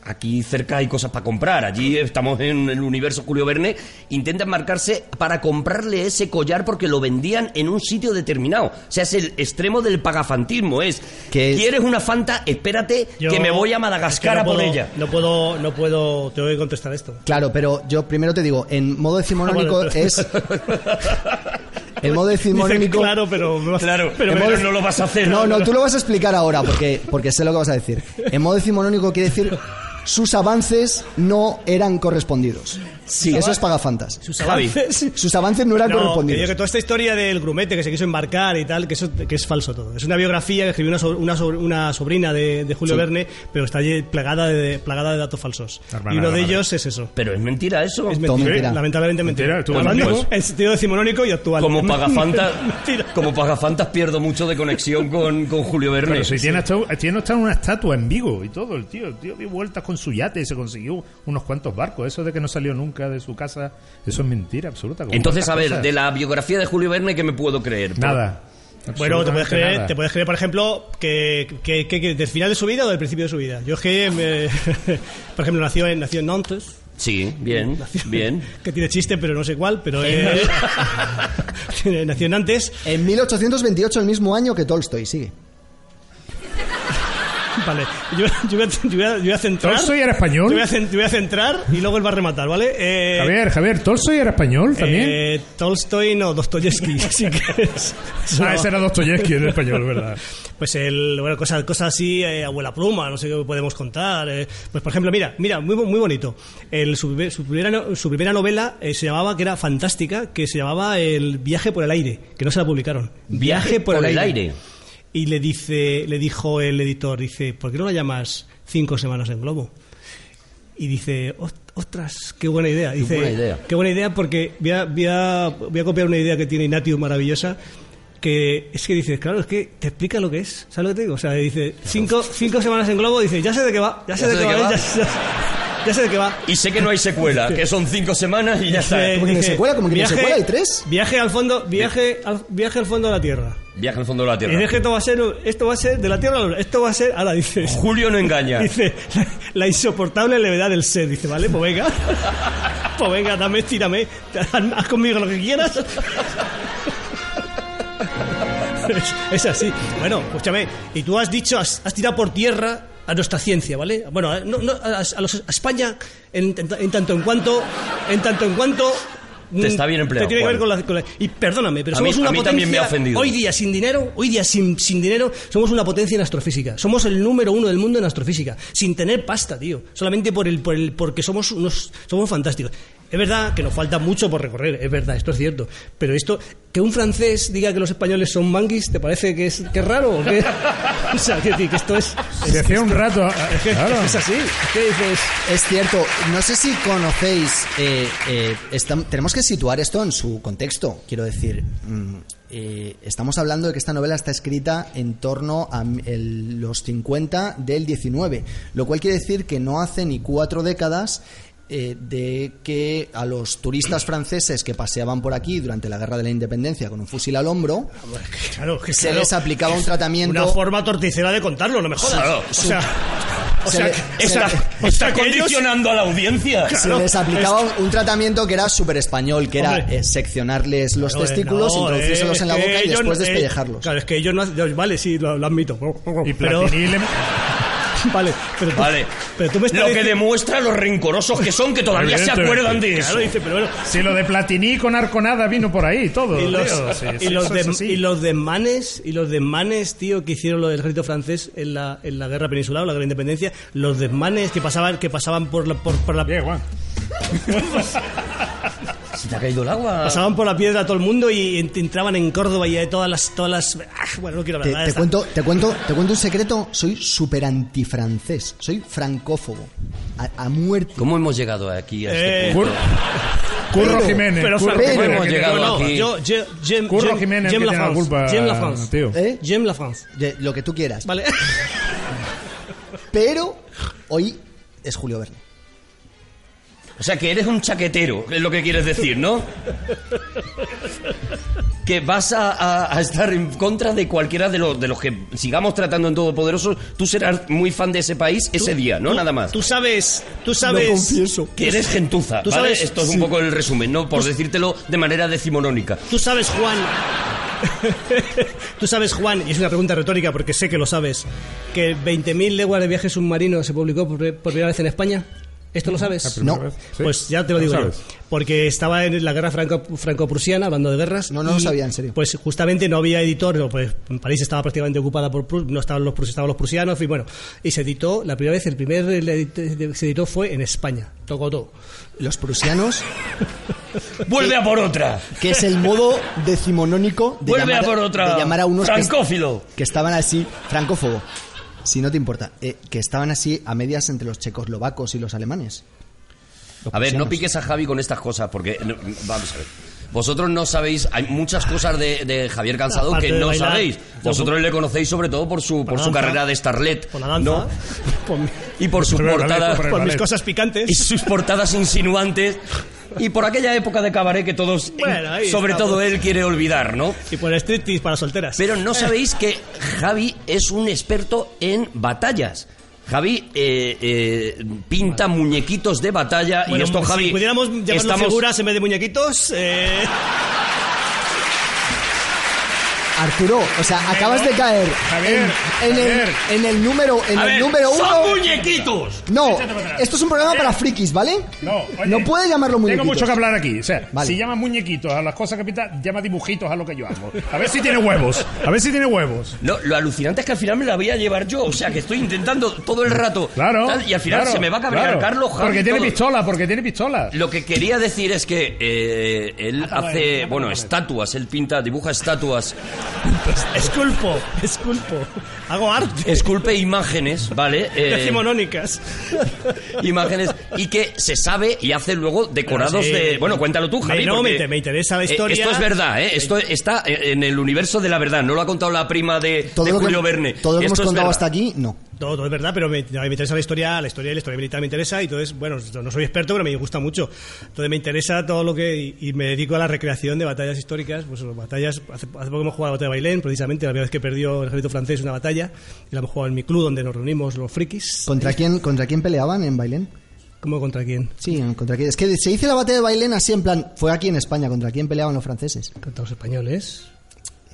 aquí cerca hay cosas para comprar. Allí estamos en el universo Julio Verne. Intenta embarcarse para comprarle ese collar porque lo vendían en un sitio determinado. O sea, es el extremo del pagafantismo. Es,
Que es-
¿quieres una fanta? Espérate,
Yo-
que me voy a
es
Madagascar
que
a
no
por
puedo-
ella.
No puedo, no puedo, tengo que contestar esto.
Claro, pero yo primero te digo, en modo decimonónico
Ah, Bueno, pero- [LAUGHS]
es. En modo
Dice,
decimonónico.
claro, pero, me vas-
Claro,
[LAUGHS] pero
pero
me-
no lo vas a hacer.
No, no, tú lo vas a explicar ahora porque, porque sé lo que vas a decir. En modo decimonónico quiere decir sus avances no eran correspondidos. Sí. Eso es pagafantas.
Javi.
[LAUGHS]
Sus avances no eran
No, que digo
correspondidos.
que toda esta historia del grumete que se quiso embarcar y tal, que eso que es falso todo. Es una biografía que escribió una, so- una, so- una sobrina de, de Julio Verne, pero está allí plagada de, plagada de datos falsos.
Hermana
y uno
de la
de
madre.
ellos es eso.
Pero es mentira eso.
Es mentira.
Todo mentira.
Lamentablemente mentira.
Mentira, tú
Hablando
lo dices.
en sentido decimonónico y actual. [LAUGHS]
Como pagafantas,
Mentira.
como pagafantas pierdo mucho de conexión con, con Julio Verne.
Pero si tiene, hasta, eh, tiene hasta una estatua en Vigo y todo, el tío. El tío dio vueltas con su yate y se consiguió unos cuantos barcos. Eso de que no salió nunca de su casa, eso es mentira absoluta. como
Entonces, a
tantas
ver,
cosas.
de la biografía de Julio Verne, ¿qué me puedo creer? Pues,
Nada.
Bueno, te
Absolutamente
puedes, creer,
nada.
te puedes creer, por ejemplo, que, que, que- que del final de su vida o del principio de su vida. Yo es que, me- [LAUGHS] por ejemplo, nació en, nació en Nantes.
Sí,
[LAUGHS]
bien, bien.
que tiene chiste, pero no sé cuál, pero eh,
[LAUGHS]
[LAUGHS] tiene- nació en antes.
En 1828, el mismo año que Tolstoy, sigue.
Vale, yo, yo voy, a, yo voy a- yo voy a centrar.
¿Tolstoy era
Yo
español?
voy, a, cen- yo voy a centrar y luego él va a rematar, ¿vale? Eh,
Javier, Javier, ¿Tolstoy era español también?
eh, Tolstoy, no, Dostoyevsky, [LAUGHS] sí que es.
ah, ese era Dostoyevsky, era español,
[LAUGHS]
¿verdad?
Pues el, bueno, cosas, cosas así, eh, abuela pluma, no sé qué podemos contar. eh. Pues por ejemplo, mira, mira, muy, bo- muy bonito. El, su, primer- su primera, no- su primera novela eh, se llamaba, que era fantástica, que se llamaba El viaje por el aire, que no se la publicaron.
Viaje por el aire.
Y le dice, le dijo el editor, dice, ¿por qué no la llamas cinco semanas en globo? Y dice, "Ost- ostras, qué buena idea. Dice,
buena idea.
Qué buena idea porque voy a, voy a- voy a copiar una idea que tiene Inatio maravillosa. Que es que dices, claro, es que te explica lo que es. ¿Sabes lo que te digo? O sea, dice, cinco, cinco semanas en globo, dice, ya sé de qué va, ya sé de, qué va, eh, ya, ya- ya sé de qué va.
Y sé que no hay secuela, que son cinco semanas y ya está.
Eh,
¿Cómo que no hay
dice,
secuela? ¿Cómo que no hay secuela? ¿Hay tres?
Viaje al fondo, viaje al, viaje al fondo de la Tierra.
Viaje al fondo de la
Y es que
Tierra.
esto va a ser, esto va a ser de la Tierra a la Luna. Esto va a ser, ahora dice,
Julio
[LAUGHS]
no engaña.
dice, la, la insoportable levedad del ser. Dice, vale, pues venga, pues venga, dame, tírame, haz haz conmigo lo que quieras. Es, es así. Bueno, escúchame, y tú has dicho, has, has tirado por tierra a nuestra ciencia, ¿vale? Bueno, a- no- no, a, a los- a España, en, en- en tanto en cuanto, en tanto en cuanto... mm,
está bien empleado,
Te tiene que ver con
Juan.
la, con la- Y perdóname, pero
A mí-
somos una
a mí
potencia...
también me ha ofendido.
Hoy día sin dinero, hoy día sin, sin dinero, somos una potencia en astrofísica. Somos el número uno del mundo en astrofísica. Sin tener pasta, tío. Solamente por el, por el, porque somos unos, somos fantásticos. Es verdad que nos falta mucho por recorrer, es verdad, esto es cierto. Pero esto, que un francés diga que los españoles son manguis, ¿te parece que es, que es raro? ¿O, qué? [LAUGHS] o sea, quiero decir, que esto es.
Se hacía un rato. ah, Claro.
Es así. ¿Qué dices?
Es cierto, no sé si conocéis, eh, eh, estam- tenemos que situar esto en su contexto, quiero decir, mm, eh, estamos hablando de que esta novela está escrita en torno a m- el- los 50 del 19, lo cual quiere decir que no hace ni cuatro décadas eh, de que a los turistas franceses que paseaban por aquí durante la Guerra de la Independencia con un fusil al hombro,
Claro, que
se
claro,
les aplicaba un tratamiento...
Una forma torticera de contarlo, no me jodas.
Claro.
O sea, o
Se
sea,
le-
que- o
se
sea,
le-
o sea
Está
que ellos-
condicionando a la audiencia.
Se
Claro,
les aplicaba un- un tratamiento que era súper español, que era
Hombre.
eh, seccionarles los
Joder,
testículos,
no,
introducírselos
eh,
en la
es que
boca y
ellos
después
no- eh,
despellejarlos.
claro, es que ellos no hacen. yo- Vale, sí, lo, lo admito.
Y
pero,
Platini le-
[LAUGHS] vale, pero tú,
Vale.
pero tú me estás
Lo que
diciendo-
demuestra los rencorosos que son, que todavía se
Evidentemente.
acuerdan de eso.
Claro, dice, pero bueno.
Si lo de Platini con Arconada vino por ahí, todo.
Y
tío.
los,
Sí,
y,
sí,
los
eso es
dem-
así.
y los desmanes, y los desmanes, tío, que hicieron los del ejército francés en la, en la guerra peninsular, o la guerra de independencia, los desmanes que pasaban, que pasaban por la, por, por la,
Bien, Juan.
Se te ha caído el agua.
Pasaban por la piedra todo el mundo y ent- entraban en Córdoba y hay todas las... Todas las ah, bueno, no quiero hablar
Te,
nada de
te
esta.
cuento, te, cuento, te cuento un secreto, soy súper antifrancés, soy francófobo, a, a muerte.
¿Cómo hemos llegado aquí a
Eh,
este punto?
Cur- Curro
Pero-
Jiménez.
Pero
Curro
Franco,
Jiménez,
hemos
que-
llegado
no,
aquí.
yo, yo- Jem-
Curro
Jem-
Jiménez
Jem
que
la
tiene la
France,
culpa,
Jem la France.
tío.
¿Eh?
Jem la France.
Ye- Lo que tú quieras.
Vale.
Pero hoy es Julio Verne.
O sea, que eres un chaquetero, es lo que quieres decir, ¿no? Que vas a, a- a estar en contra de cualquiera de los, de los que sigamos tratando en Todopoderosos. Tú serás muy fan de ese país ese día, ¿no?
Tú-
Nada más.
Tú sabes, tú sabes...
que eres gentuza,
tú
¿vale?
sabes-
Esto es un
sí.
poco el resumen, ¿no? Por decírtelo de manera decimonónica.
Tú sabes, Juan. Tú sabes, Juan, y es una pregunta retórica porque sé que lo sabes, que 20.000 leguas de viaje submarino se publicó por, por primera vez en España. ¿Esto lo sabes?
Ah, primera
No.
vez. Sí.
Pues ya te lo digo yo.
sabes.
Porque estaba en la guerra franco- franco-prusiana, hablando de guerras.
No, no lo
y,
sabía, en serio.
Pues justamente no había editor, no, pues París estaba prácticamente ocupada por Prus- no estaban los, prus- estaban los prusianos, en fin, bueno. Y se editó, la primera vez, el primer eh, la edit- se editó fue en España. Tocó todo.
Los prusianos,
¡Vuelve a por otra!
que es el modo decimonónico de,
¡Vuelve
llamar,
a por otra!
de llamar a unos que,
¡Francófilo!
que estaban así, francófobo, si no te importa, eh, que estaban así a medias entre los checoslovacos y los alemanes. Los
A ver, no
prusianos.
piques a Javi con estas cosas, porque no, vamos a ver. Vosotros no sabéis, hay muchas cosas de, de Javier Cansado
Aparte
que
de
no
bailar,
sabéis. Vosotros le conocéis sobre todo por su, por
la
su
danza,
carrera de Starlet.
Por la danza.
¿no?
[LAUGHS] Por, mi-
Y por sus
Por el ballet,
portadas.
por el
por mis
ballet.
cosas picantes.
Y sus portadas insinuantes. Y por aquella época de cabaret que todos,
Bueno, ahí
sobre
estamos.
todo él, quiere olvidar, ¿no?
Y por el striptease para solteras.
Pero no sabéis que Javi es un experto en batallas. Javi eh, eh, pinta muñequitos de batalla y
Bueno,
esto,
si
Javi,
pudiéramos llamarnos figuras en vez de muñequitos.
[LAUGHS]
eh,
Arturo, o sea, acabas de caer
Javier,
en, en
Javier.
El, en el número, en
A
el
ver,
número uno.
¡Son muñequitos!
No,
Échate para atrás.
esto es un programa
Eh.
para frikis, ¿vale?
No, oye,
no puedes llamarlo muñequitos.
Tengo mucho que hablar aquí. O sea,
Vale.
si llamas muñequitos a las cosas que pinta, llama dibujitos a lo que yo hago. A ver si tiene huevos. A ver si tiene huevos.
No, lo alucinante es que al final me la voy a llevar yo. O sea, que estoy intentando todo el rato.
Claro.
tal, y al final
claro,
se me va a cabrear
claro.
Carlos Javi.
Porque tiene
todo.
pistola, porque tiene pistola.
Lo que quería decir es que eh, él
Ah,
hace, bueno, estatuas. Él pinta, dibuja estatuas,
esculpo, esculpo. Hago arte.
esculpe imágenes, ¿vale? Eh,
[LAUGHS] Decimonónicas.
imágenes y que se sabe y hace luego decorados
Sí.
de bueno cuéntalo tú
Me-
Javi
no,
porque-
me inter- me interesa la
Eh,
historia.
esto es verdad ¿eh? esto está en el universo de la verdad no lo ha contado la prima de, de
lo que-
Julio Verne
Todo lo que
Esto
hemos
es
contado
verdad.
hasta aquí, no.
Todo, todo es verdad, pero me, me interesa la historia, la historia y la historia militar me interesa. Y entonces, bueno, no soy experto, pero me gusta mucho. Entonces me interesa todo lo que. Y, y me dedico a la recreación de batallas históricas. Pues batallas. Hace, hace poco hemos jugado a la batalla de Bailén, precisamente, la primera vez que perdió el ejército francés una batalla. Y la hemos jugado en mi club, donde nos reunimos los frikis.
¿Contra quién, ¿Contra quién peleaban en Bailén?
¿Cómo contra quién?
Sí, contra quién. Es que se dice la batalla de Bailén así en plan, fue aquí en España, ¿contra quién peleaban los franceses?
Contra los españoles.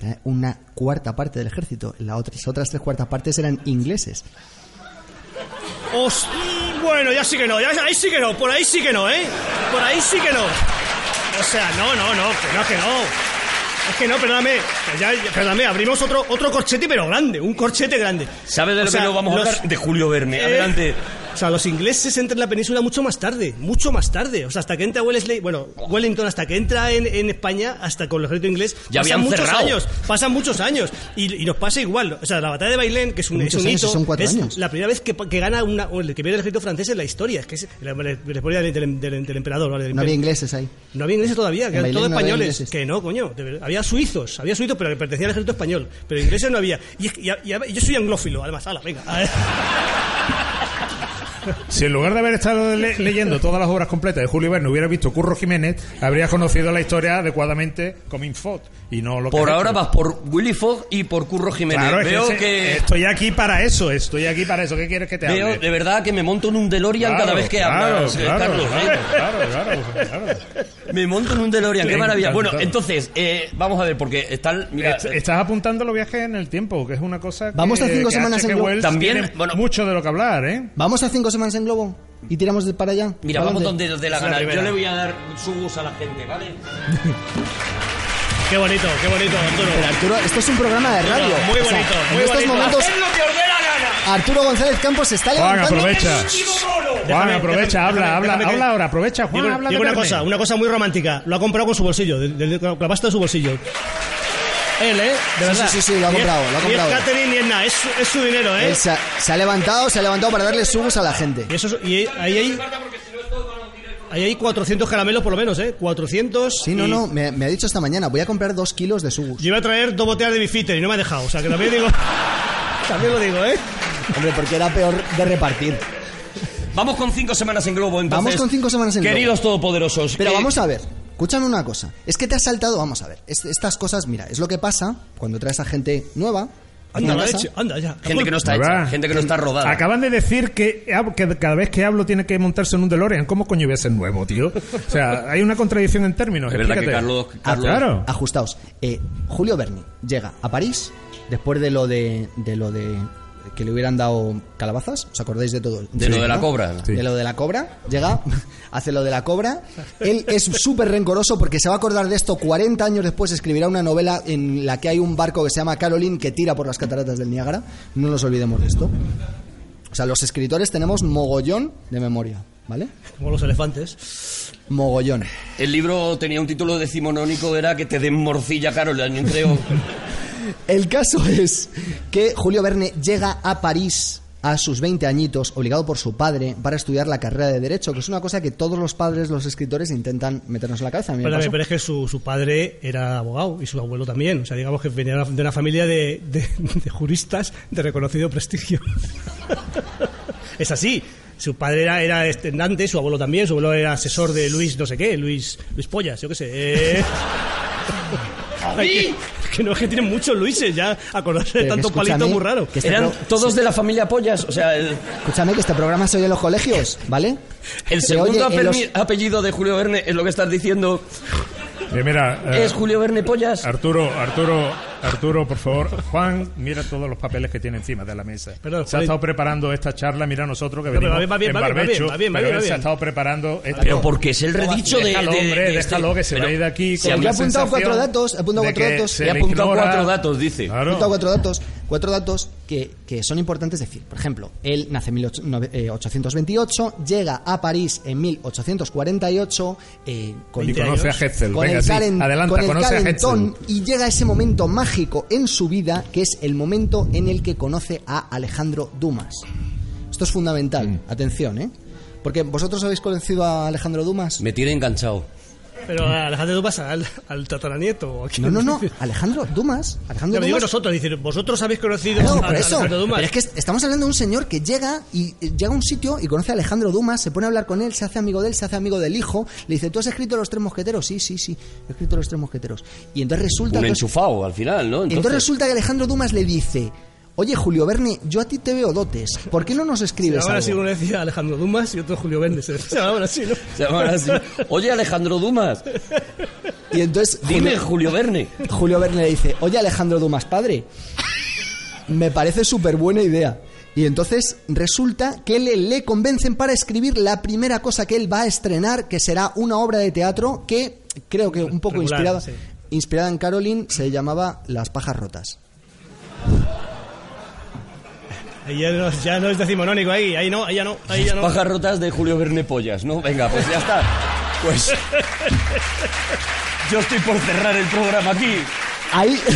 Era una cuarta parte del ejército, la otra- las otras tres cuartas partes eran ingleses.
Os- Bueno, ya sí que no, ya, ahí sí que no, por ahí sí que no, ¿eh? Por ahí sí que no. O sea, no, no, no, que no, que no. Es que no, perdóname, que ya- ya- perdóname, abrimos otro, otro corchete, pero grande, un corchete grande.
¿Sabes de
O
lo
sea,
que no vamos
los-
a hablar? De Julio Verne.
Eh,
Adelante.
O sea, los ingleses entran en la península mucho más tarde, mucho más tarde. O sea, hasta que entra Wellesley, bueno, Wellington, hasta que entra en, en España, hasta con el ejército inglés,
Ya
pasan
habían
muchos
cerrado.
años, pasan muchos años. Y, y nos pasa igual. O sea, la batalla de Bailén, que es un, es
Muchos
un
años,
hito,
son cuatro
es
años.
la primera vez que, que gana una, o el que pierde el ejército francés en la historia. Es que es la, la- la historia del, del- del- del emperador, ¿vale? Del
No había
imperio.
ingleses ahí.
No había ingleses todavía, que eran
Bailén
todos
no había
españoles.
ingleses.
que no, coño. de verdad. había suizos, había suizos, pero que pertenecían al ejército español. Pero ingleses no había. Y, es que- y a- y a- yo soy anglófilo, además. Ala, venga. [LAUGHS]
Si en lugar de haber estado le- leyendo todas las obras completas de Julio Verne hubiera visto Curro Jiménez, habrías conocido la historia adecuadamente como Infot y no lo que
Por
has
ahora
hecho.
vas por Willy Fogg y por Curro Jiménez.
Claro, es este
veo
ese-
que.
estoy aquí para eso, estoy aquí para eso. ¿Qué quieres que te hable?
Veo de verdad que me monto en un DeLorean
Claro,
cada vez que
claro,
hablas, eh,
claro,
Carlos.
claro,
¿eh?
claro, claro, claro.
[LAUGHS] Me monto en un DeLorean, qué
Le
maravilla. Bueno,
encantado.
entonces, eh, vamos a ver, porque está. el- Mira,
Est- Estás apuntando los viajes en el tiempo, que es una cosa. que-
Vamos a cinco
que
semanas
H.G.
en glo-
Wells
También,
tiene
bueno-
mucho de lo que hablar, ¿eh?
¿Vamos a cinco semanas en globo? ¿Y tiramos de para allá?
Mira,
¿Para
vamos
dónde?
donde nos dé la
Es la
gana. Yo
primera.
le voy a dar subus a la gente, ¿vale?
Qué bonito, qué bonito, Arturo.
Pero Arturo, esto es un programa de radio.
Muy
O sea,
bonito, muy
en estos
bonito.
momentos
lo que os dé la gana!
Arturo González Campos se está
Juan,
levantando.
aprovecha. Juan,
Déjame,
aprovecha,
déjame,
habla,
déjame,
habla,
déjame que-
habla ahora, aprovecha, Juan,
Digo,
habla
digo
de
una
Carmen.
cosa, una cosa muy romántica. Lo ha comprado con su bolsillo, de, de- de- la pasta de su bolsillo. Él, ¿eh? De
Sí,
verdad.
sí, sí, sí, lo ha
Ni es-
comprado, lo ha comprado.
Ni es catering ni es nada, es, su- es su dinero, ¿eh?
Él se ha, se ha levantado, se ha levantado para darle subus a la gente.
Y, eso, es- y ahí hay... Ahí hay 400 caramelos por lo menos, ¿eh? 400...
Sí, no,
y-
no, me, me ha dicho esta mañana, voy a comprar dos kilos de subus.
Yo iba a traer dos botellas de bifitter y no me ha dejado. O sea, que también digo... [LAUGHS] también lo digo, ¿eh?
Hombre, porque era peor de repartir.
Vamos con cinco semanas en globo, entonces.
Vamos con cinco semanas en globo.
Queridos todopoderosos.
Pero
eh,
vamos a ver, escúchame una cosa. Es que te has saltado, vamos a ver. es- estas cosas, mira, es lo que pasa cuando traes a gente nueva. a
Anda,
una
la
casa.
leche, anda ya.
Gente que no está
Ahí va.
hecha, gente que no está rodada.
Acaban de decir que, hab- que cada vez que hablo tiene que montarse en un DeLorean. ¿Cómo coño voy a ser nuevo, tío? O sea, hay una contradicción en términos.
Es verdad que
explícate.
Carlos-
Ah,
Carlos-
claro.
Ajustaos. Eh, Julio Berni llega a París después de lo de, de lo de que le hubieran dado calabazas. ¿Os acordáis de todo?
De lo de la
¿no?
cobra.
Sí.
De lo de la cobra. Llega, [LAUGHS] hace lo de la cobra. Él es súper rencoroso porque se va a acordar de esto 40 años después. Escribirá una novela en la que hay un barco que se llama Caroline que tira por las cataratas del Niágara. No nos olvidemos de esto. O sea, los escritores tenemos mogollón de memoria, ¿vale?
Como los elefantes.
Mogollón.
El libro tenía un título decimonónico, era que te den morcilla, caro, el año creo.
El caso [LAUGHS] es que Julio Verne llega a París a sus 20 añitos, obligado por su padre, para estudiar la carrera de Derecho, que es una cosa que todos los padres, los escritores, intentan meternos en la cabeza. A mí me
Pero,
pasó.
pero es que su, su padre era abogado y su abuelo también. O sea, digamos que venía de una familia de, de- de juristas de reconocido prestigio. [LAUGHS] es así. Su padre era, era estendante, su abuelo también. Su abuelo era asesor de Luis no sé qué, Luis, Luis Pollas, yo qué
[LAUGHS]
sé. Eh, [LAUGHS]
¡Ay!
que no es que tienen muchos Luises, ya acordarse de
Pero que
tantos palitos
escúchame,
muy raro.
que este
Eran
pro-
todos de la familia Pollas, o sea, el,
Escúchame que este programa se oye en los colegios, ¿vale?
el
Se
segundo
oye en los-
apelmi- apellido de Julio Verne es lo que estás diciendo,
Eh, mira, eh,
es Julio Verne Pollas.
Arturo, Arturo, Arturo, por favor. Juan, mira todos los papeles que tiene encima de la mesa.
Perdón,
se ha
Juan.
estado preparando esta charla, mira nosotros que
No, pero
venimos
va bien, va bien,
en
va bien, va bien,
barbecho,
va bien, va
pero
bien,
él
va
se ha
bien.
estado preparando esta
Pero porque es el redicho de...
Déjalo,
de-
hombre,
de este-
déjalo, que se
pero-
va a ir de aquí.
Sí,
con
Yo he
la
apuntado cuatro
sensación
datos, he apuntado
de
cuatro
que
datos.
se
He
le
apuntado
ignora.
cuatro datos, dice.
Claro.
He apuntado cuatro datos, cuatro datos que, que son importantes decir. Por ejemplo, él nace en 1828, eh, llega a París en 1848 eh, con,
Y conoce a Hetzel.
con
Venga,
el,
sí,
calen-
adelanta,
con el
conoce a
calentón
Hetzel.
y llega ese momento mágico en su vida que es el momento en el que conoce a Alejandro Dumas. Esto es fundamental, atención, ¿eh? Porque vosotros habéis conocido a Alejandro Dumas.
Me tiene enganchado.
Pero Alejandro, tú pasa al, al tataranieto. ¿o a quién?
No, no,
[LAUGHS]
no, Alejandro Dumas. Alejandro
Pero digo
Dumas.
nosotros, es decir, vosotros habéis conocido
Ah, No,
a
por eso.
Alejandro Dumas.
Pero es que est- estamos hablando de un señor que llega y eh, llega a un sitio y conoce a Alejandro Dumas, se pone a hablar con él, se hace amigo de él, se hace amigo del hijo, le dice, ¿tú has escrito Los Tres Mosqueteros? Sí, sí, sí, he escrito Los Tres Mosqueteros. Y entonces resulta
Un
que...
enchufado al final, ¿no?
Entonces resulta que Alejandro Dumas le dice, oye Julio Verne, yo a ti te veo dotes, ¿por qué no nos escribes
Ahora
algo?".
sí uno le decía Alejandro Dumas y otro Julio Verne. [LAUGHS] Se se llamaban así, ¿no?
[LAUGHS] Se llaman así. Oye, Alejandro Dumas,
Y entonces
dime
Julio,
Julio Verne.
Julio Verne le dice, oye Alejandro Dumas, padre, me parece súper buena idea. Y entonces resulta que le, le convencen para escribir la primera cosa que él va a estrenar, que será una obra de teatro que creo que un poco
Regular,
inspirada,
sí.
inspirada en Caroline, se llamaba Las pajas rotas.
Ahí ya no, ya no es decimonónico, ahí, ahí no, ahí ya no, ahí ya no.
Pajas rotas de Julio Verne Pollas, ¿no? Venga, pues ya está. Pues. Yo estoy por cerrar el programa aquí.
Ahí... [LAUGHS]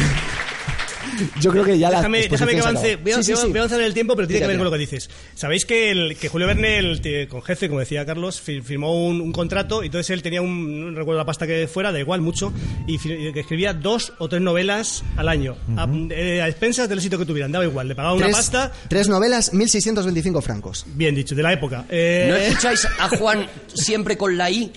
Yo creo que ya la
Déjame,
exposición
déjame que
se acabó.
avance, voy a,
Sí, sí,
voy a-
sí.
voy a avanzar en el tiempo, pero tiene
Tira,
que ver con
tira.
lo que dices. Sabéis que, el, que Julio Verne, el, te- con jefe, como decía Carlos, fi- firmó un, un contrato y entonces él tenía un, no recuerdo la pasta que fuera, da igual mucho, y fi- que escribía dos o tres novelas al año, a- eh, a, expensas del sitio que tuvieran, daba igual, le pagaba una
Tres,
pasta,
tres novelas, 1.625 francos.
bien dicho, de la época. Eh,
¿No escucháis a Juan siempre con la I?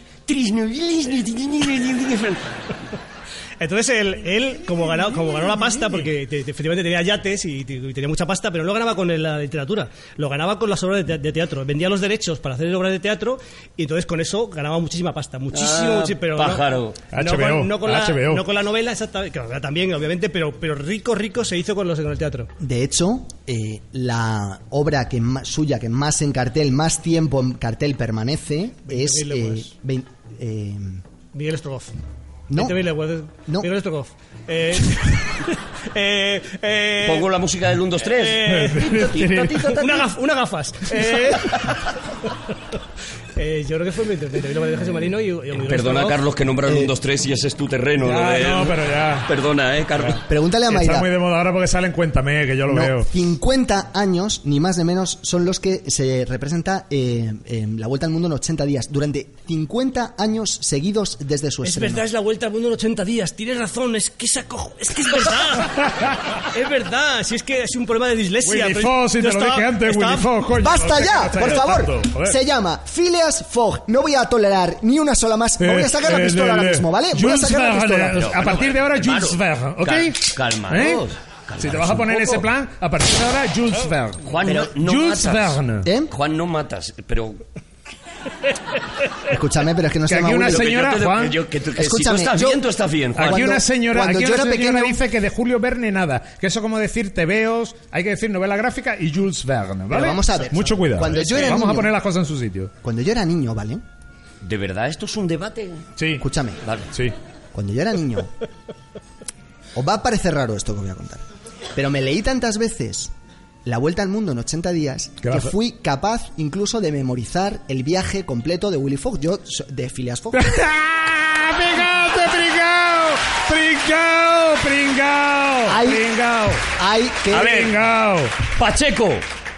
Entonces él, él como, ganó, como ganó la pasta, porque te- te- efectivamente tenía yates y, te- y tenía mucha pasta, pero no lo ganaba con la literatura, lo ganaba con las obras de, te- de teatro. Vendía los derechos para hacer obras de teatro y entonces con eso ganaba muchísima pasta. Muchísimo,
Ah,
muchi- pero
pájaro.
No, no,
HBO,
con, no con la,
HBO.
no con la novela, exactamente, que también, obviamente, pero, pero rico, rico se hizo con, los, con el teatro.
De hecho, eh, la obra que ma- suya que más en cartel, más tiempo en cartel permanece es
20.000 leguas.
eh, vein- eh,
Miguel Strogoff.
No.
Ente Bileguer.
No.
Miguel Estrokov. Eh, eh, eh,
Pongo la música del 1, 2, 3.
eh, una gaf- unas gafas. Eh, eh, yo creo que fue mi interpretación. Lo Jesús Marino y, y Miguel
Perdona,
Estrokov.
Carlos, que nombra el 1, 2, 3 y ese es tu terreno.
Ya,
lo de-
no, pero ya.
Perdona, eh, Carlos.
Pregúntale a
Está
Mayra.
muy de moda ahora porque salen Cuéntame, que yo lo
No,
veo.
50 años, ni más ni menos, son los que se representa eh, en la Vuelta al Mundo en 80 días. Durante 50 años seguidos desde su
Es
estreno.
verdad, es la vuelta al mundo en 80 días. Tienes razón, es que esa cojo- Es que es verdad. es verdad, si es que es un problema de dislexia.
Willy
pero
Fox, si te
yo
lo
estaba-
dije antes,
estaba-
Willy Fox, coño.
¡Basta
no sé
ya!
qué
Por
pasa
favor.
tanto, joder.
Se llama Phileas Fogg. No voy a tolerar ni una sola más. Me voy a sacar la
Eh, eh,
pistola
eh,
ahora
eh.
mismo, ¿vale? Voy a
Jules
sacar la
Verne,
pistola.
eh, A partir de ahora,
Calmaros,
Jules Verne, ¿ok?
cal- calmaros,
¿Eh?
calmaros
Si te vas a poner
un poco.
ese plan, a partir de ahora, Jules Verne.
Juan, no- no,
Jules
matas.
Verne.
¿Eh?
Juan, no matas, pero...
Ah,
Escúchame, pero es que no
Que
se llama
aquí una
Willy.
pero que
Señora
yo te-
Juan,
que yo- que tú- que si tú
escúchame,
estás
yo-
bien, tú estás bien, Juan.
Aquí
Cuando-
una señora,
cuando
aquí
yo
una
era
señora
pequeño-
dice que de Julio Verne nada, que eso como decir te veos, hay que decir novela gráfica y Jules Verne, ¿vale?
Pero vamos a ver,
Mucho cuidado.
cuando yo era
vamos a
niño-
poner las cosas en su sitio.
Cuando yo era niño, ¿vale?
¿De verdad esto es un debate?
Sí.
Escúchame.
Vale.
Sí.
Cuando yo era niño, os va a parecer raro esto que voy a contar, pero me leí tantas veces La Vuelta al Mundo en 80 días
¿Qué
que
vas a-
fui capaz incluso de memorizar el viaje completo de Willy Fogg, yo so- de Phileas
[LAUGHS]
Fogg.
¡Ah! ¡Pringao, pringao! ¡Pringao, pringao!
Ay.
¡Pringao!
Hay que
A ver.
¡Pringao!
Pacheco,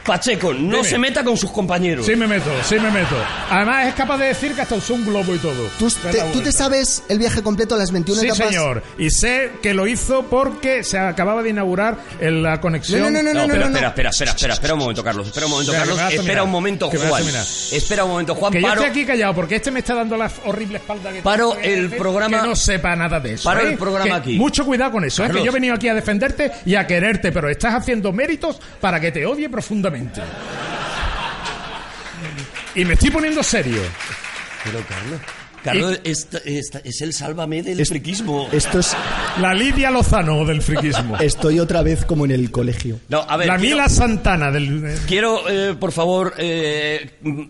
Pacheco, no
Dime.
se meta con sus compañeros.
Sí me meto, sí me meto. Además es capaz de decir que hasta usó un globo y todo.
¿Tú
Da
te,
la
tú te
vuelta.
sabes el viaje completo a las 21
Sí,
etapas?
señor. Y sé que lo hizo porque se acababa de inaugurar el- la conexión.
No, no, no, no,
No,
no,
espera,
no, no.
espera, espera, espera, espera, espera un momento, Carlos. Espera un momento,
Espera,
Carlos.
que me vas a
Espera
mirar,
un momento,
que me vas a
Juan.
mirar.
Espera un momento, Juan.
Que yo
Paro,
estoy aquí callado porque este me está dando la horrible espalda que
Paro
tengo que
el
decir
programa-
Que no sepa nada de eso.
Paro
¿eh?
el programa
Que
aquí.
Mucho cuidado con eso. ¿eh?
Carlos.
Que yo he venido aquí a defenderte y a quererte, pero estás haciendo méritos para que te odie profundamente. Y me estoy poniendo serio.
Pero, Carlos. Carlos, esta- esta- es el sálvame del friquismo.
Esto es
La Lidia Lozano del
[LAUGHS]
friquismo.
estoy otra vez como en el colegio.
no, a ver.
la
quiero-
Mila Santana del.
Quiero, eh, por favor, eh, mm,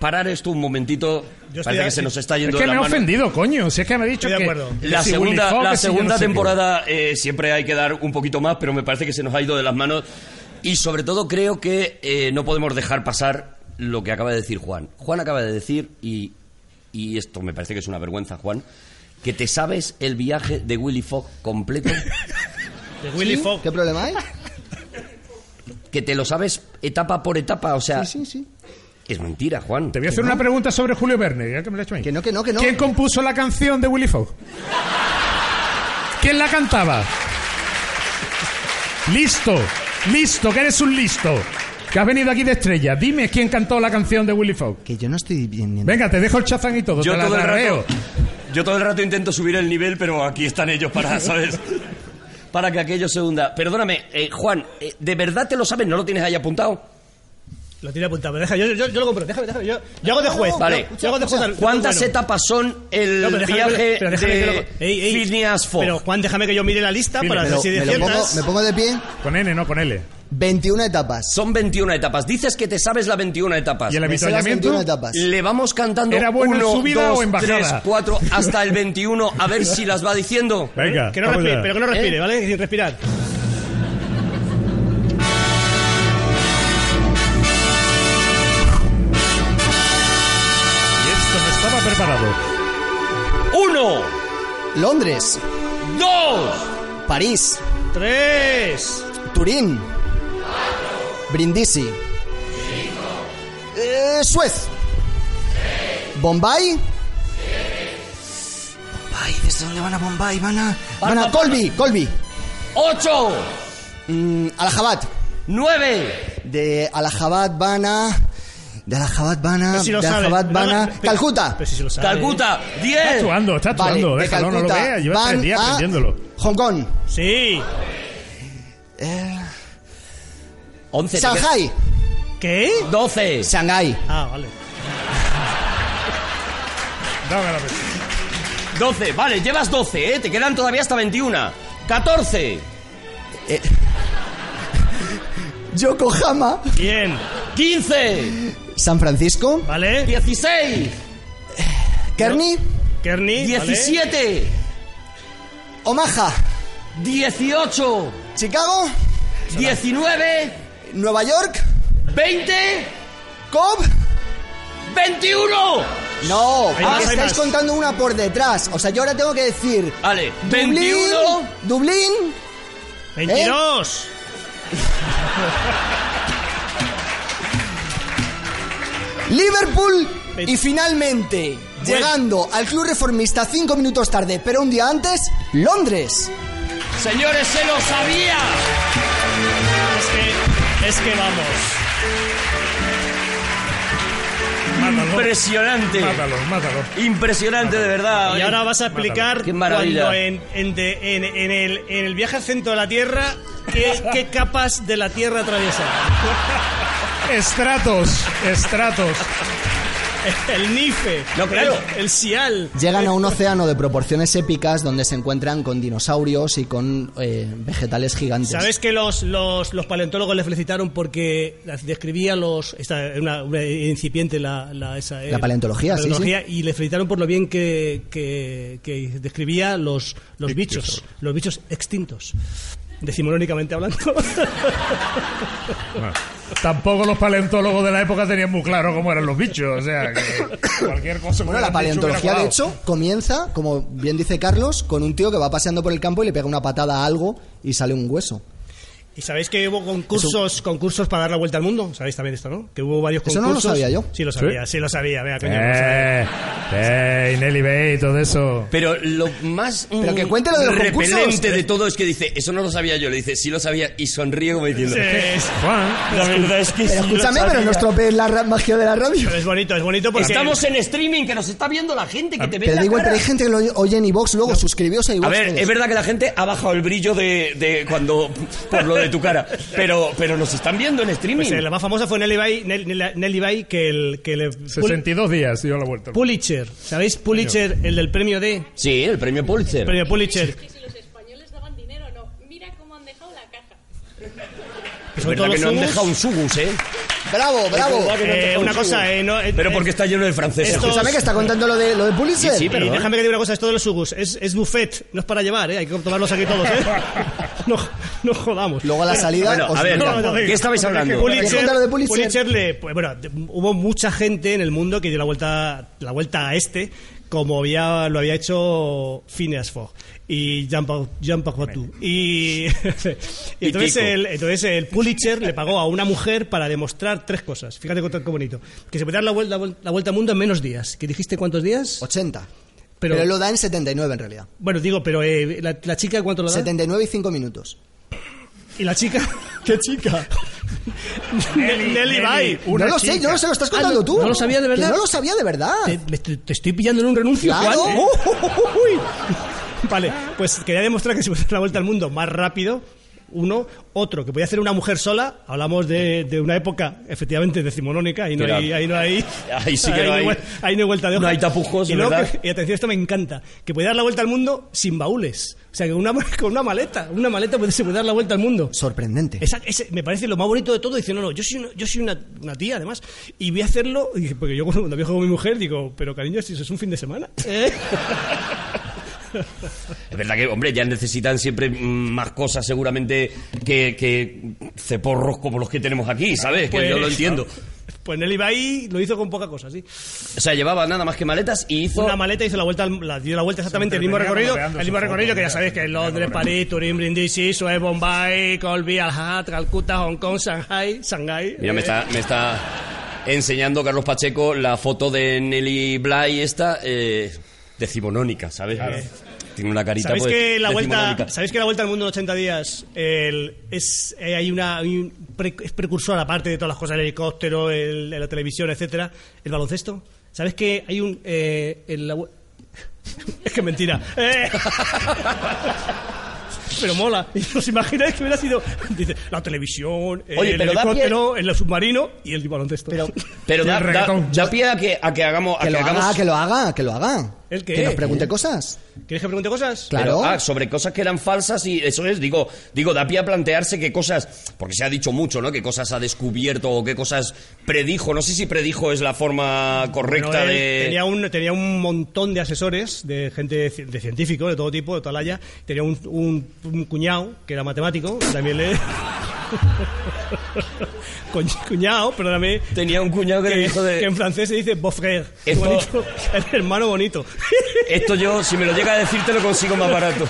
parar esto un momentito.
Yo estoy
Parece que
aquí.
se nos está yendo
es que
de
me
la
ha
mano.
ofendido, coño. Si es que me ha dicho
Estoy de
que.
acuerdo.
que
La
si
segunda,
Willy Fox,
la
que si yo no
segunda
sé qué.
temporada eh, siempre hay que dar un poquito más, pero me parece que se nos ha ido de las manos. Y sobre todo creo que eh, no podemos dejar pasar lo que acaba de decir Juan. Juan acaba de decir, y, y esto me parece que es una vergüenza, Juan, que te sabes el viaje de Willy Fox
[LAUGHS]
completo,
De Willy
¿Sí?
Fox.
¿Qué problema hay?
que te lo sabes etapa por etapa. O sea,
Sí, sí, sí.
es mentira, Juan.
Te voy a hacer una pregunta sobre Julio Verne. ya que me lo has hecho a mí.
Que no, que no, que no.
¿Quién compuso la canción de Willy Fox? ¿Quién la cantaba? Listo, listo, que eres un listo. Que has venido aquí de estrella. Dime quién cantó la canción de Willy Fox.
Que yo no estoy bien. bien.
Venga, te dejo el chazán y todo.
Yo
Pues te la
todo, el rato,
tarareo.
yo todo el rato intento subir el nivel, pero aquí están ellos
[LAUGHS]
para, ¿sabes? Para que aquello se hunda. Perdóname, eh, Juan, eh, ¿de verdad te lo sabes? ¿No lo tienes ahí apuntado?
Lo tiene apuntado. Deja, yo, yo, yo lo compro. Déjame, déjame. Yo, yo hago de juez.
Vale.
Yo, yo hago de juez. al-
¿Cuántas
bueno.
etapas son el
No, pero déjame,
viaje
pero déjame que lo-
de
Ey, ey.
Phineas Fogg?
Pero Juan, déjame que yo mire la lista
Mire,
para
Me
ver
lo-
si
me lo pongo,
aciertas.
me pongo de pie.
Con N, no con L.
21 etapas.
Son 21 etapas. Dices que te sabes las 21 etapas.
¿Y el
Me sé las 21
avituallamiento?
etapas.
Le vamos cantando
¿Era bueno en
1,
subida o en
2,
bajada?
3, 4, hasta el 21, a ver si las
[LAUGHS]
va diciendo.
Venga,
Que no
vamos
respire,
allá.
pero que no respire,
¿Eh?
¿vale? Sin respirar.
Y esto no estaba preparado.
1,
Londres,
2,
París,
¡Tres!
Turín, Brindisi, eh, Suez, Bombay. Bombay, ¿desde dónde van a Bombay? Van a, van a
Alta-
Colby, Colby,
8,
mm, Allahabad.
9,
De Allahabad van a. De Allahabad van a.
Si
Ah, de
lo sabes.
Allahabad van
No,
a.
no, pero-
Calcuta.
Pero si se lo sabe.
Calcuta, 10,
Está
ah.
actuando, está
Eh, Vale,
actuando.
de
Déjalo, no lo
Calcuta
veas. Lleva
van
tres días
a
aprendiéndolo.
Hong Kong,
Sí.
11,
Shanghai,
¿Qué?
12,
Shanghai.
Ah, vale.
Dame la mesa.
12, vale, llevas 12, ¿eh? te quedan todavía hasta 21. 14,
Yokohama,
Bien.
15,
San Francisco,
¿Vale?
16,
Kearney,
Kearney. ¿vale?
17,
Omaha,
18,
Chicago,
19,
Nueva York,
20,
Cobb.
21.
No, porque
más, hay
Ah, estáis
más.
contando una por detrás. O sea, yo ahora tengo que decir.
Vale,
Dublín,
21.
Dublín,
22.
Liverpool y finalmente, llegando al Club Reformista cinco minutos tarde, pero un día antes, Londres.
Señores, se lo sabía.
Es que, es que vamos.
Mátalo,
Impresionante.
mátalo, mátalo.
Impresionante, de verdad.
Y ahora vas a explicar
Qué maravilla.
cuando en, en, de- en- en el, en el viaje al centro de la Tierra qué, qué capas de la Tierra atraviesa.
Estratos, estratos.
[LAUGHS] El Nife,
No, claro.
el, el Sial.
Llegan a un océano de proporciones épicas donde se encuentran con dinosaurios y con eh, vegetales gigantes.
¿Sabes que los, los, los paleontólogos le felicitaron porque las describía los. Esta era una, una incipiente la, la, esa, eh,
La paleontología, sí,
Y le felicitaron por lo bien que, que, que describía los, los bichos, los bichos extintos. Decimonónicamente hablando. [LAUGHS]
Bueno, tampoco los paleontólogos de la época tenían muy claro cómo eran los bichos. O sea, que cualquier cosa. que
Bueno, la
hubieran dicho
paleontología,
hubiera
de
colado.
hecho, comienza, como bien dice Carlos, con un tío que va paseando por el campo y le pega una patada a algo y sale un hueso.
¿Y sabéis que hubo concursos, concursos para dar la vuelta al mundo? ¿Sabéis también esto, no? Que hubo varios
Eso
concursos.
no lo sabía yo.
Sí, lo sabía, sí, lo sabía. Vea, coño, lo sabía.
Eh, eh, y Nelly Bay y todo eso.
Pero lo más mm,
Pero que cuente lo de los
repelente
concursos. eh.
de todo es que dice, eso no lo sabía yo, le dice, sí lo sabía y sonríe como diciendo.
Es-
Juan.
La verdad es que
Pero escúchame, pero no estropees la ra- magia de la radio.
es bonito, es bonito porque.
Estamos en streaming, que nos está viendo la gente, que te ve
Pero
la
da igual,
cara.
pero hay gente que lo oye en iVox luego, suscribios a
A
iVox.
ver, es verdad que la gente ha bajado el brillo de, de cuando por lo de tu cara, pero pero nos están viendo en streaming.
Pues, eh, la más famosa fue Nelly Bay, Nel- Nel- Nelly Bay que, el, que le... Pul-
62 días dio la vuelta.
Pulitzer. ¿Sabéis Pulitzer, el del premio D?
Sí, el premio Pulitzer.
Premio Pulitzer.
que si los españoles daban dinero o no. Mira cómo han dejado la caja.
que
Es
son
verdad
todos
que no han
sumus.
dejado un sugus, ¿eh?
Bravo, bravo.
Es verdad que no han
Eh,
dejado un
una cosa,
sugus.
eh, no, eh,
Pero
eh,
porque está lleno de franceses.
esto-
Escúchame que está contando lo de, lo de Pulitzer.
Sí, sí,
Y
pero-
déjame que diga una cosa, esto de los sugus es, es buffet, no es para llevar, ¿eh? hay que tomarlos aquí todos.
[LAUGHS]
¿eh? No, no jodamos.
Luego a la salida.
Bueno,
os
a ver,
dirán.
no, no,
¿qué estabais hablando?
¿Quieres contar lo de Pulitzer?
le- pues, bueno, de- hubo mucha gente en el mundo que dio la vuelta, la vuelta a este, como había, lo había hecho Phineas Fogg y Jean-Paul Jean y, y entonces,
Kiko.
el, entonces el Pulitzer le pagó a una mujer para demostrar tres cosas. Fíjate qué, qué bonito. Que se puede dar la vuelta, la vuelta al mundo en menos días. ¿Que dijiste cuántos días?
80.
Pero-
Pero, lo da en 79 en realidad.
Bueno, digo, pero eh, la, la chica cuánto lo da?
79 y 5 minutos.
¿Y la chica? ¿Qué chica? Nelly, Nelly Bay.
Una
no lo sé,
chica.
yo no sé, lo estás
Ah,
contando
no-
tú.
no lo sabía de verdad.
Que no lo sabía de verdad.
Te, me- te- te estoy pillando en un renuncio,
Claro. [LAUGHS]
Juan, ¿eh? Vale, pues quería demostrar que si puede dar la vuelta al mundo más rápido, uno, otro, que podía hacer una mujer sola, hablamos de, de una época efectivamente decimonónica, ahí no
Mira.
hay... Ahí, no hay
Ahí sí que no hay-
vuel- [LAUGHS] ahí no hay vuelta de hoja.
no hay tapujos,
y, luego
¿verdad?
que- y atención, esto me encanta, que podía dar la vuelta al mundo sin baúles. O sea, que una, [LAUGHS] con una maleta, una maleta puede, se puede dar la vuelta al mundo.
Sorprendente.
Esa- ese- me parece lo más bonito de todo. Dice, no, no, yo soy, una, yo soy una, una tía, además, y voy a hacerlo. y dije, porque yo cuando viajo con mi mujer digo, pero cariño, si eso es un fin de semana. ¿eh?
Es verdad que, hombre, ya necesitan siempre mm, más cosas seguramente que, que ceporros como los que tenemos aquí, ¿sabes? que yo lo
Pues,
entiendo.
[LAUGHS] Pues Nelly Bay lo hizo con poca cosa, sí.
O sea, llevaba nada más que maletas y hizo...
Una maleta hizo la vuelta, al- la, dio la vuelta exactamente el mismo
entretenía
recorrido.
rodeando
El mismo
su
recorrido
foco,
que ya
mira,
sabéis que es
entretenía
Londres,
rodeando.
París, Turín, Brindisi, Suez, Bombay, Colby, Alhat, Calcuta, Hong Kong, Shanghai, Shanghai.
Mira, me está, me está enseñando Carlos Pacheco la foto de Nelly Bly, esta, eh, decimonónica, ¿sabes? Tiene una carita
¿Sabéis
pues,
que, la vuelta,
decimonónica.
¿Sabéis que la vuelta al mundo en 80 días el- es, eh, hay una, hay un pre- es precursor, aparte de todas las cosas, el helicóptero, el- la televisión, etcétera, el baloncesto? ¿Sabéis que hay un... eh, en la web- [LAUGHS] es que es mentira. Eh. [LAUGHS] Pero mola. Y os imagináis que hubiera sido dice, la televisión,
Oye,
el
pero da pie-
helicóptero, el submarino y el baloncesto.
Pero
Pero
Sí,
da,
el
da-
reggaetón.
da pie a que, a que hagamos... a
que lo
que hagamos-
haga, que lo haga, que lo haga.
¿El qué?
Que nos pregunte cosas.
¿Quieres que pregunte cosas?
Claro.
Pero, ah, sobre cosas que eran falsas y eso es, digo, digo, da pie a plantearse qué cosas, porque se ha dicho mucho, ¿no? Qué cosas ha descubierto o qué cosas predijo. No sé si predijo es la forma correcta
Bueno, él
de...
tenía, un, tenía un montón de asesores, de gente de, ci- de científicos de todo tipo, de toda la haya. Tenía un, un- un cuñado que era matemático, también le. [LAUGHS] Coñ- cuñado, perdóname.
Tenía un cuñado que, le dijo de...
que en francés se dice beau-frère.
Esto-
Bonito, [LAUGHS] el hermano bonito. [LAUGHS]
Esto yo, si me lo llega a decir, te lo consigo más barato.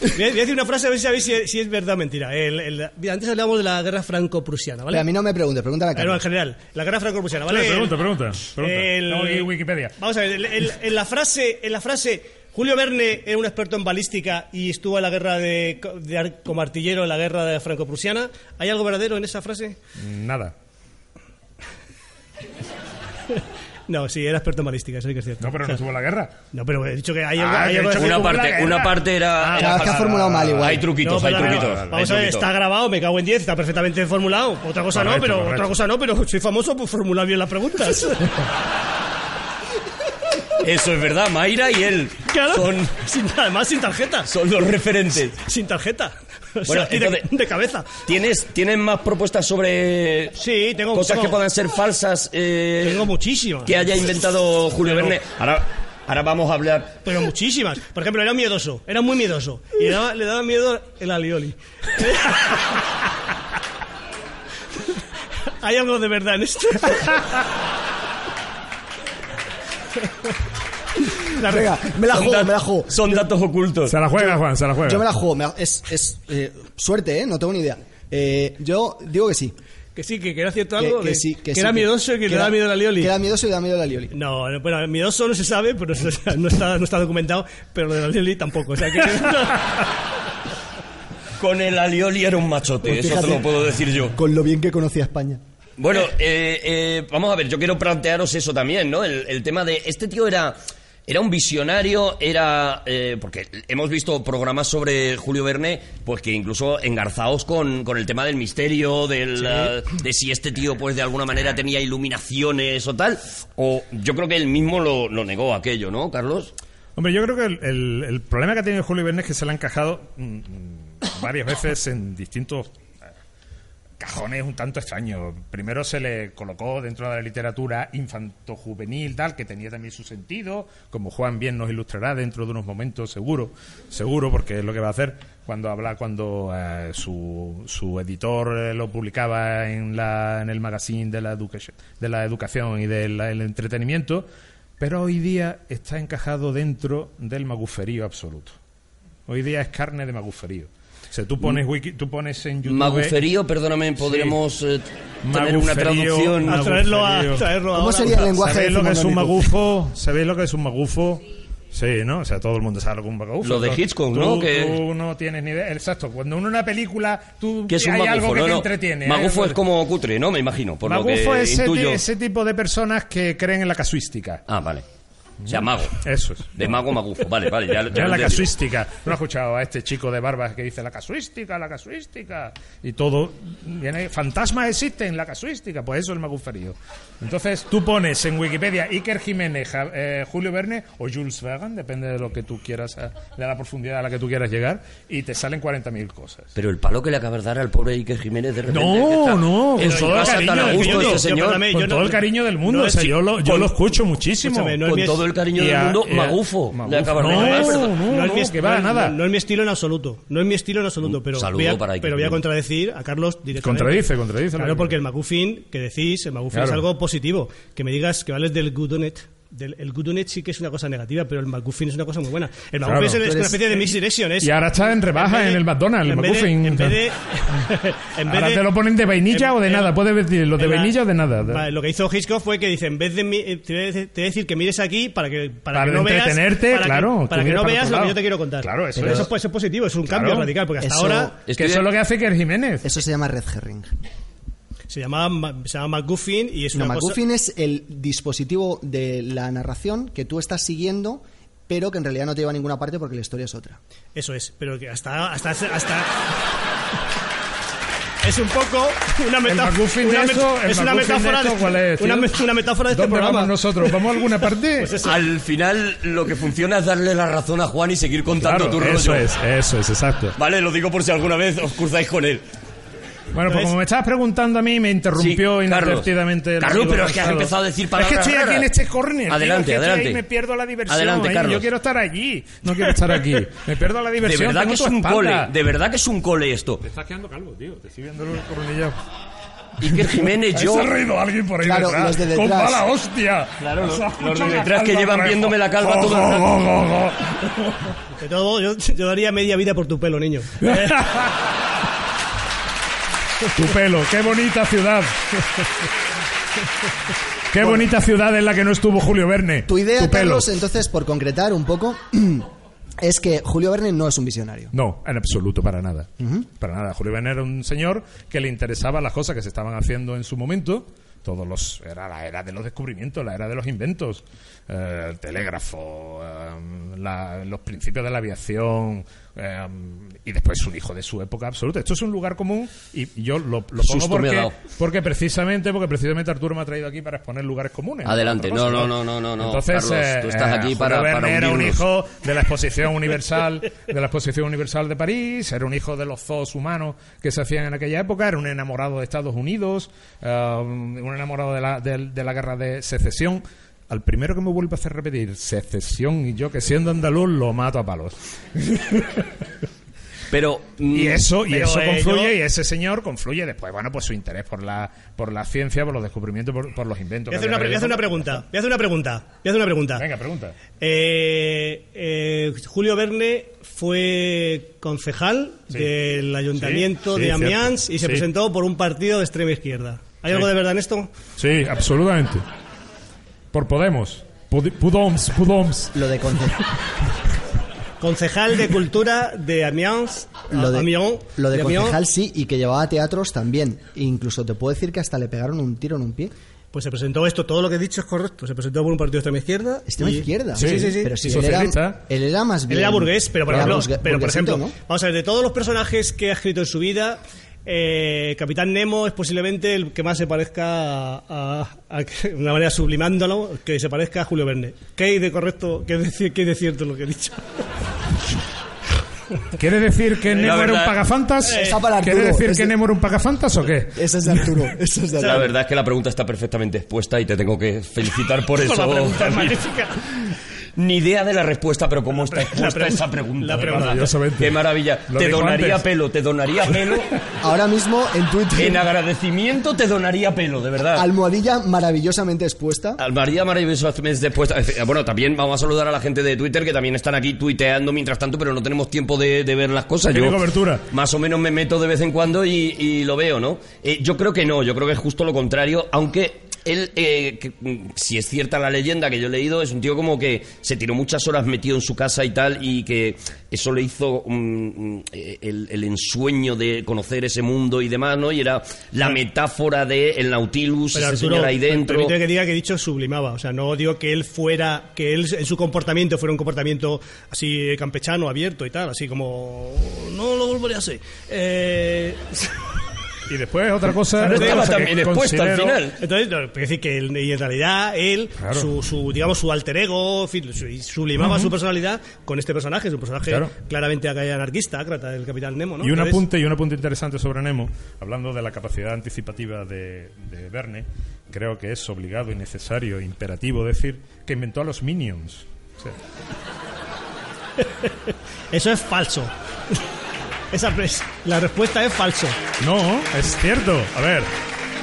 Voy a voy a decir una frase a ver si sabéis si es, si es verdad o mentira. El- el- mira, antes hablábamos de la guerra franco-prusiana,
Pero a
¿vale?
mí no me pregunte, pregúntale a
Pero en
Carlos.
general, la guerra franco-prusiana, ¿vale?
Vale, pregunta, pregunta. pregunta.
El-
Estamos aquí en Wikipedia.
Vamos a ver, el- el- en la frase, en la frase, Julio Verne era un experto en balística y estuvo en la guerra de, co- de ar- como artillero en la guerra de franco-prusiana. ¿Hay algo verdadero en esa frase?
Nada.
No, sí, era experto en balística, eso sí que es cierto.
No, pero
O
no
sea,
estuvo en la guerra.
no, pero he dicho que hay algo,
Ah,
hay
que
algo
he
de-
dicho
Una
Como la
parte,
guerra.
una parte era...
Ah,
era
Cada vez que ha
falsa.
formulado mal igual.
Hay truquitos,
No,
hay
pero
truquitos.
no,
hay
Vamos a ver,
truquitos.
está grabado, me cago en 10, está perfectamente formulado. Otra cosa no,
Correcto,
pero
correcto.
otra cosa no, pero soy famoso por formular bien las
[LAUGHS]
preguntas.
Eso es verdad, Mayra y él
claro.
son,
Sin- además sin tarjeta.
son los referentes.
Sin tarjeta. O
Bueno,
sea, aquí de-
entonces-
de cabeza.
¿Tienes, ¿Tienes más propuestas sobre
Sí, tengo-
cosas
tengo-
que puedan ser falsas eh,
Tengo muchísimas.
que haya inventado Julio Verne? Ahora, ahora vamos a hablar.
Pero muchísimas. Por ejemplo, era miedoso. Era muy miedoso. Y le daba, le daba miedo el alioli. [LAUGHS] Hay algo de verdad en
[LAUGHS]
esto. La re-
Venga, me la
Son
juego,
dat-
me la juego.
Son datos ocultos.
Se la juega, Juan, se la juega.
Yo me la juego. me la- es es, eh, suerte, ¿eh? No tengo ni idea. Eh, yo digo que sí.
Que sí, que, que era cierto
Que,
algo.
que
de-
sí, que, sí,
era miedoso y que, le
era-
daba miedo el alioli.
Que era miedoso y le da miedo el alioli.
No, no, bueno, miedoso no se sabe, pero eso, o sea, no, está, no está documentado, pero lo del alioli tampoco. O sea
[LAUGHS]
que.
Con el alioli era un machote,
Pues
eso te lo
fíjate.
puedo decir yo.
[LAUGHS] Con lo bien que conocía España.
Bueno, eh, eh, vamos a ver, yo quiero plantearos eso también, ¿no? El, el tema de este tío era era un visionario, era eh, porque hemos visto programas sobre Julio Verne, pues que incluso engarzaos con, con el tema del misterio, del, eh, de si este tío pues de alguna manera tenía iluminaciones o tal, o yo creo que él mismo lo, lo negó aquello, ¿no, Carlos?
Hombre, yo creo que el, el- el problema que ha tenido Julio Verne es que se le ha encajado mm, mm, varias veces en distintos eh, cajones un tanto extraños. Primero se le colocó dentro de la literatura infanto-juvenil, tal, que tenía también su sentido, como Juan bien nos ilustrará dentro de unos momentos, seguro, seguro, porque es lo que va a hacer cuando habla, cuando eh, su, su editor eh, lo publicaba en, la, en el magazine de la, educa- de la educación y del el entretenimiento. Pero hoy día está encajado dentro del maguferío absoluto. Hoy día es carne de maguferío. O sea, tú pones, wiki, tú pones en YouTube... ¿eh?
Maguferío, perdóname, podríamos eh, tener una
Maguferío,
traducción.
a traerlo a.
Maguferío.
Traerlo
¿Cómo
ahora.
sería el lenguaje
¿Sabéis
de
lo que es un
Fernando Nico?
magufo? ¿Sabéis lo que es un magufo? Sí, ¿no? O sea, todo el mundo sabe lo que es un magufo.
Lo de
Entonces,
Hitchcock,
tú-
¿no? Que-
Tú no tienes ni idea. Exacto. Cuando uno en una película, tú
¿Qué es un
hay
magufo?
algo que
No,
te
no.
entretiene. ¿eh?
Magufo es como cutre, ¿no? Me imagino, por
Magufo
lo que
es eh, ese,
intuyo.
ti- ese tipo de personas que creen en la casuística.
Ah, vale. O sea, mago.
Eso es.
De mago magufo. Vale, vale. Ya, ya
Ya
lo
la
entendí.
casuística. No he escuchado a este chico de barbas que dice la casuística, la casuística. Y todo. Viene, fantasmas existen, la casuística. Pues eso es el maguferío. Entonces tú pones en Wikipedia Iker Jiménez, Ja- eh, Julio Verne o Jules Verne, depende de lo que tú quieras, a- de la profundidad a la que tú quieras llegar, y te salen 40.000 cosas.
Pero el palo que le acabas de dar al pobre Iker Jiménez de repente.
No,
que está
no,
En
con
su
todo
casa
cariño,
tan a
yo
gusto
digo,
este
yo,
señor.
perdóname,
Con
yo
todo
no-
el cariño del mundo.
no
o sea,
es-
yo lo, yo
con-
lo escucho muchísimo.
Escúchame, no es
Con
mi-
todo el cariño
Y
del
a-
mundo,
y a-
magufo. Le
magufo.
acabas de
No,
llamar.
no, no,
es mi
que va,
no,
nada.
no es mi estilo en absoluto. No es mi estilo en absoluto, pero,
saludo
voy, a,
para Iker
pero voy a
Jiménez.
contradecir a Carlos directamente.
Contradice, contradice.
Claro, porque el McGuffin que decís, el McGuffin
Claro.
es algo positivo. Que me digas que vales del Goodonet. Del, el Goodonet sí que es una cosa negativa, pero el McGuffin es una cosa muy buena. El McGuffin
Claro.
es, el- es
Tú
una
eres-
especie de misdirection. Es,
Y ahora está en rebaja
vez de-
en el McDonald's, el
en vez de-
McGuffin.
En vez
[LAUGHS]
de. en vez
Ahora
de-
te lo ponen de vainilla
en-
o de
en-
nada. Puedes decir lo de
en la-
vainilla o de nada.
Vale, lo que hizo Hitchcock fue que dice, en vez de mi- eh, te voy a decir- te voy a decir que mires aquí para que para,
Para
que no veas-
entretenerte,
para que-
claro, tú
para que
mires
no
para
veas
otro
lo que
lado.
yo te quiero contar.
Claro, eso
Pero
es.
eso puede ser positivo, es un
Claro.
cambio radical porque hasta
Eso-
ahora
Estoy-
Que eso es lo que hace Iker Jiménez.
Eso se llama red herring.
se llamaba Ma- se llama McGuffin y es
No,
una cosa-
MacGuffin es el dispositivo de la narración que tú estás siguiendo, pero que en realidad no te lleva a ninguna parte porque la historia es otra.
Eso [LAUGHS] es, pero que hasta hasta hasta es un poco una,
El
meta-
McGuffin
una
de
met-
eso, el
es una
McGuffin de
metáfora
esto, ¿cuál es, tío?
una, me- una metáfora de este
¿Dónde
programa.
vamos nosotros? ¿Vamos a alguna
[LAUGHS]
parte?
Pues eso.
Al final, lo que funciona es darle la razón a Juan y seguir
Claro,
contando tu rollo.
eso es, eso es, exacto.
Vale, lo digo por si alguna vez os cruzáis con él.
Bueno, pues
¿Ves?
como me estabas preguntando a mí, me interrumpió
Sí, Carlos.
inadvertidamente. el
Carlos,
amigo
pero es que has
Gonzalo.
empezado a decir palabras
Es que estoy aquí
raras.
en este corner. tío,
Adelante,
es que estoy
adelante.
ahí, me pierdo la diversión.
Adelante,
ahí, Yo
Carlos.
quiero estar allí. No quiero estar aquí. Me pierdo la
De
diversión.
verdad
tengo
que es
tu
un
espalda.
cole, de verdad que es un cole esto.
Te estás quedando calvo, tío. Te estoy viendo.
Dándole el cornillado. [LAUGHS]
Iker Jiménez, yo.
Se ha reído alguien por ahí
Claro,
detrás.
los de
Con
detrás.
mala hostia.
Claro,
Nos
los-
ha
los de
escuchado la
detrás que
calva
llevan
por ahí.
viéndome la calva
Go,
todo el
go,
rato.
go, go, go.
De todo modo, yo, yo daría media vida por tu pelo, niño. Eh,
Tu pelo, qué bonita ciudad. Qué bonita ciudad en la que no estuvo Julio Verne.
Tu idea,
tu pelo.
Carlos, entonces, por concretar un poco, [CLEARS THROAT] es que Julio Verne no es un visionario.
No, en absoluto, para nada. Para nada. Julio Verne era un señor que le interesaban las cosas que se estaban haciendo en su momento. Todos los, era la era de los descubrimientos, la era de los inventos. Eh, el telégrafo, eh, la- los principios de la aviación. eh, y después un hijo de su época absoluta. Esto es un lugar común y yo lo, lo pongo
Susto me ha
porque,
dado.
porque precisamente porque precisamente Arturo me ha traído aquí para exponer lugares comunes.
Adelante.
otra cosa,
No, no, no, no, no,
Entonces,
Carlos,
eh,
tú estás
eh,
aquí
Julio
para- para
Verne era un
hundirnos.
hijo hijo de la
[LAUGHS]
exposición universal de la exposición universal de París era un hijo de los zoos humanos que se hacían en aquella época era un enamorado de Estados Unidos eh, un enamorado de la, de- de la guerra de secesión al primero que me vuelve a hacer repetir secesión y yo que siendo andaluz lo mato a palos
Pero. mm,
y eso y
Pero,
eso
eh,
confluye
yo-
y ese señor confluye después bueno pues su interés por la por la ciencia por los descubrimientos por, por los inventos
Voy a
que
hacer una,
había
voy a hacer una
realizado.
pregunta. Voy a hacer una pregunta. Voy a hacer una pregunta.
venga pregunta
Eh, eh, Julio Verne fue concejal del ayuntamiento
Sí, sí,
de Amiens
cierto.
y se
Sí.
presentó por un partido de extrema izquierda. ¿Hay algo de verdad en esto?
sí absolutamente por Podemos Pud- Pudoms Pudoms
Lo de conce-
Concejal de Cultura de Amiens.
Lo de,
Amiens,
lo de
Amiens.
concejal sí, y que llevaba a teatros también. Incluso te puedo decir que hasta le pegaron un tiro en un pie.
Pues se presentó esto, todo lo que he dicho es correcto. Se presentó por un partido de extrema izquierda.
Extrema
y-
Este izquierda.
Sí, sí, sí.
Pero si él
Socialista. ¿eh?
era, él era más bien.
Él era burgués, pero por
era
ejemplo,
burgue-
pero por
burguesito,
ejemplo
¿no?
vamos a ver, de todos los personajes que ha escrito en su vida, eh, Capitán Nemo es posiblemente el que más se parezca a, a- a- [LAUGHS] de una manera sublimándolo, que se parezca a Julio Verne. ¿Qué hay de correcto, qué hay de, ci- qué hay de cierto en lo que he dicho? [LAUGHS]
¿Quiere decir que Nemo era un
verdad-
pagafantas?
Esa Eh, para
¿Quiere
Arturo,
decir
ese-
que Nemo era un pagafantas o qué?
Esa es de
[LAUGHS]
Arturo. Esa es de
La
Arturo.
verdad es que la pregunta está perfectamente expuesta y te tengo que felicitar
[LAUGHS]
por
Con
eso.
la pregunta es
Javier.
magnífica.
Ni idea de la respuesta, pero cómo está expuesta
pregunta-
esa pregunta.
la
de
pregunta.
verdad.
Maravillosamente.
Qué maravilla.
Lo
te
dijo
donaría
antes.
pelo, te donaría pelo.
Ahora mismo en Twitter,
en agradecimiento te donaría pelo, de verdad.
almohadilla maravillosamente expuesta.
Ah,
Al María maravillosamente después. eh, Bueno, también vamos a saludar a la gente de Twitter que también están aquí tuiteando mientras tanto, pero no tenemos tiempo de, de ver las cosas.
Tiene cobertura.
más o menos me meto de vez en cuando y, y lo veo, ¿no? Eh, yo creo que no, yo creo que es justo lo contrario, aunque él, eh, que, mm, si es cierta la leyenda que yo he leído, es un tío como que se tiró muchas horas metido en su casa y tal, y que eso le hizo mm, mm, eh, el, el ensueño de conocer ese mundo y demás, ¿no? Y era la metáfora de el Nautilus,
Pero
ese
Arturo,
señor ahí dentro.
permíteme que diga que he dicho sublimaba. O sea, no digo que él fuera, que él en su comportamiento fuera un comportamiento así eh, campechano, abierto y tal, así como no lo volveré a hacer. Eh,
Y después otra cosa.
Pero
otra
estaba
cosa que
también expuesta al
considero-
final.
Entonces, no, es decir, que él, y en realidad él,
Claro.
su, su, digamos, su alter ego, en fin, su- sublimaba su personalidad con este personaje, su personaje
Claro.
claramente acá- anarquista, ácrata, el Capitán Nemo, ¿no?
Y un
Entonces,
apunte, y un apunte interesante sobre Nemo, hablando de la capacidad anticipativa de, de Verne, creo que es obligado y necesario, imperativo decir que inventó a los Minions. O sea,
Eso es falso. [LAUGHS] Esa es- la respuesta es falso.
no, es cierto. A ver,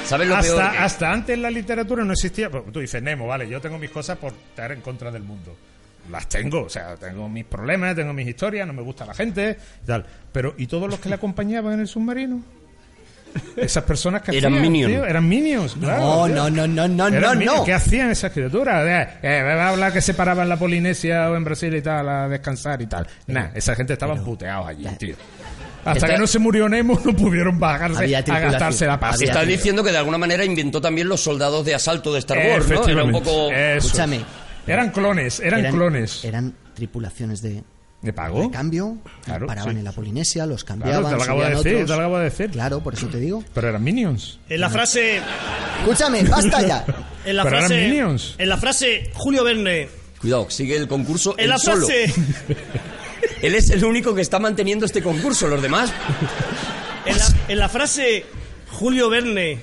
¿Sabes lo peor? que-
hasta, hasta antes en la literatura no existía. pues, tú dices, Nemo, vale, yo tengo mis cosas por estar en contra del mundo. Las tengo, o sea, tengo mis problemas, tengo mis historias, no me gusta la gente, y tal. Pero, ¿y todos los que le acompañaban en el submarino? Esas personas que
Eran
hacían,
minions.
tío, eran minions.
No,
claro, tío.
no, no, no, no,
Eran
no,
minions.
no.
¿Qué hacían esas criaturas? Eh, eh, me va a hablar que se paraban en la Polinesia o en Brasil y tal a descansar y tal. Nah, esa gente estaban puteados allí, tío. Hasta
Esta-
que no se murió Nemo, no pudieron bajarse
Había
a
tripulación.
gastarse la pasta.
Había
Estás
Está
diciendo que de alguna manera inventó también los soldados de asalto de Star Wars, ¿no? Era un
Eh, Efectivamente.
poco...
Eso es.
Escúchame.
Eran clones, eran, clones.
Eran tripulaciones de
¿De pago?
Cambio,
Claro,
paraban
sí.
en la Polinesia, los cambiaban,
Claro, te lo acabo de
subían
decir,
otros.
te lo acabo de decir.
Claro, por eso te digo.
Pero eran Minions.
En la frase.
Escúchame, basta ya.
[LAUGHS]
En la
Pero eran
frase.
Minions.
En la frase, Julio Verne.
Cuidado, sigue el concurso
En
él
la
solo.
frase.
Él es el único que está manteniendo este concurso, los demás.
En la, en la frase, Julio Verne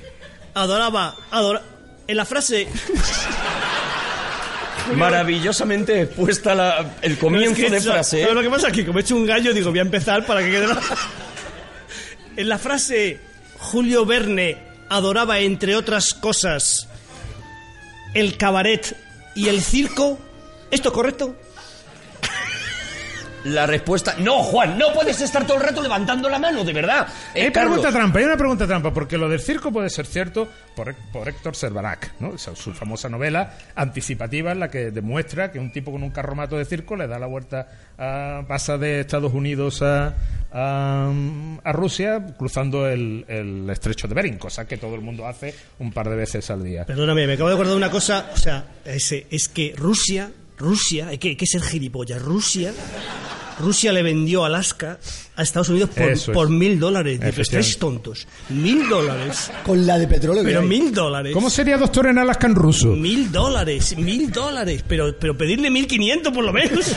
adoraba. adora- en la frase.
Maravillosamente expuesta la- el comienzo
Es que
de
eso-
frase. ¿eh?
¿sabes lo que pasa es que como he hecho un gallo, digo, voy a empezar para que quede. la- [LAUGHS] en la frase, Julio Verne adoraba, entre otras cosas, el cabaret y el circo. ¿Esto es correcto?
La respuesta. No, Juan, no puedes estar todo el rato levantando la mano, de verdad. Eh,
Hay
Carlos,
pregunta trampa, hay una pregunta trampa, porque lo del circo puede ser cierto por, por Héctor Servarac, ¿no? Esa- su famosa novela anticipativa en la que demuestra que un tipo con un carromato de circo le da la vuelta, a, pasa de Estados Unidos a, a, a Rusia cruzando el, el estrecho de Bering, cosa que todo el mundo hace un par de veces al día.
Perdóname, me acabo de acordar de una cosa. O sea, es, es que Rusia, Rusia, hay que, hay que ser gilipollas. Rusia, Rusia le vendió Alaska a Estados Unidos
Eso
por,
es.
por mil dólares. Digo,
Efectivamente.
estáis tontos. Mil dólares.
Con la de petróleo. que
Pero
hay.
mil dólares.
¿Cómo sería Doctor en Alaska en ruso?
Mil dólares, mil dólares, pero, pero pedirle mil quinientos por lo menos.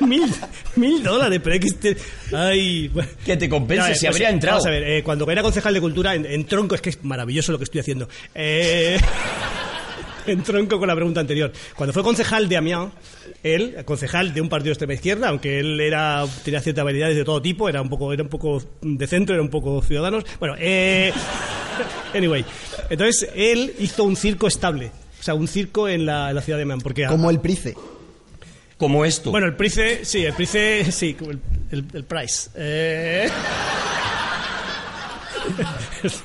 mil, mil dólares, pero hay que... este- Ay, bueno.
Que te compense
Ya,
si
pues,
habría entrado.
Vamos a ver, eh, cuando era concejal de cultura, en, en tronco, es que es maravilloso lo que estoy haciendo. Eh, [LAUGHS] en tronco con la pregunta anterior. Cuando fue concejal de Amiens, él, concejal de un partido de extrema izquierda, aunque él era, tenía ciertas habilidades de todo tipo, era un poco, era un poco de centro, era un poco ciudadanos. Bueno, eh, [LAUGHS] anyway. Entonces, él hizo un circo estable. O sea, un circo en la, en la ciudad de Amiens. Porque a-
Como el price.
Como esto.
bueno, el Price, sí, el Price, sí, como el, el, el Price. Eh,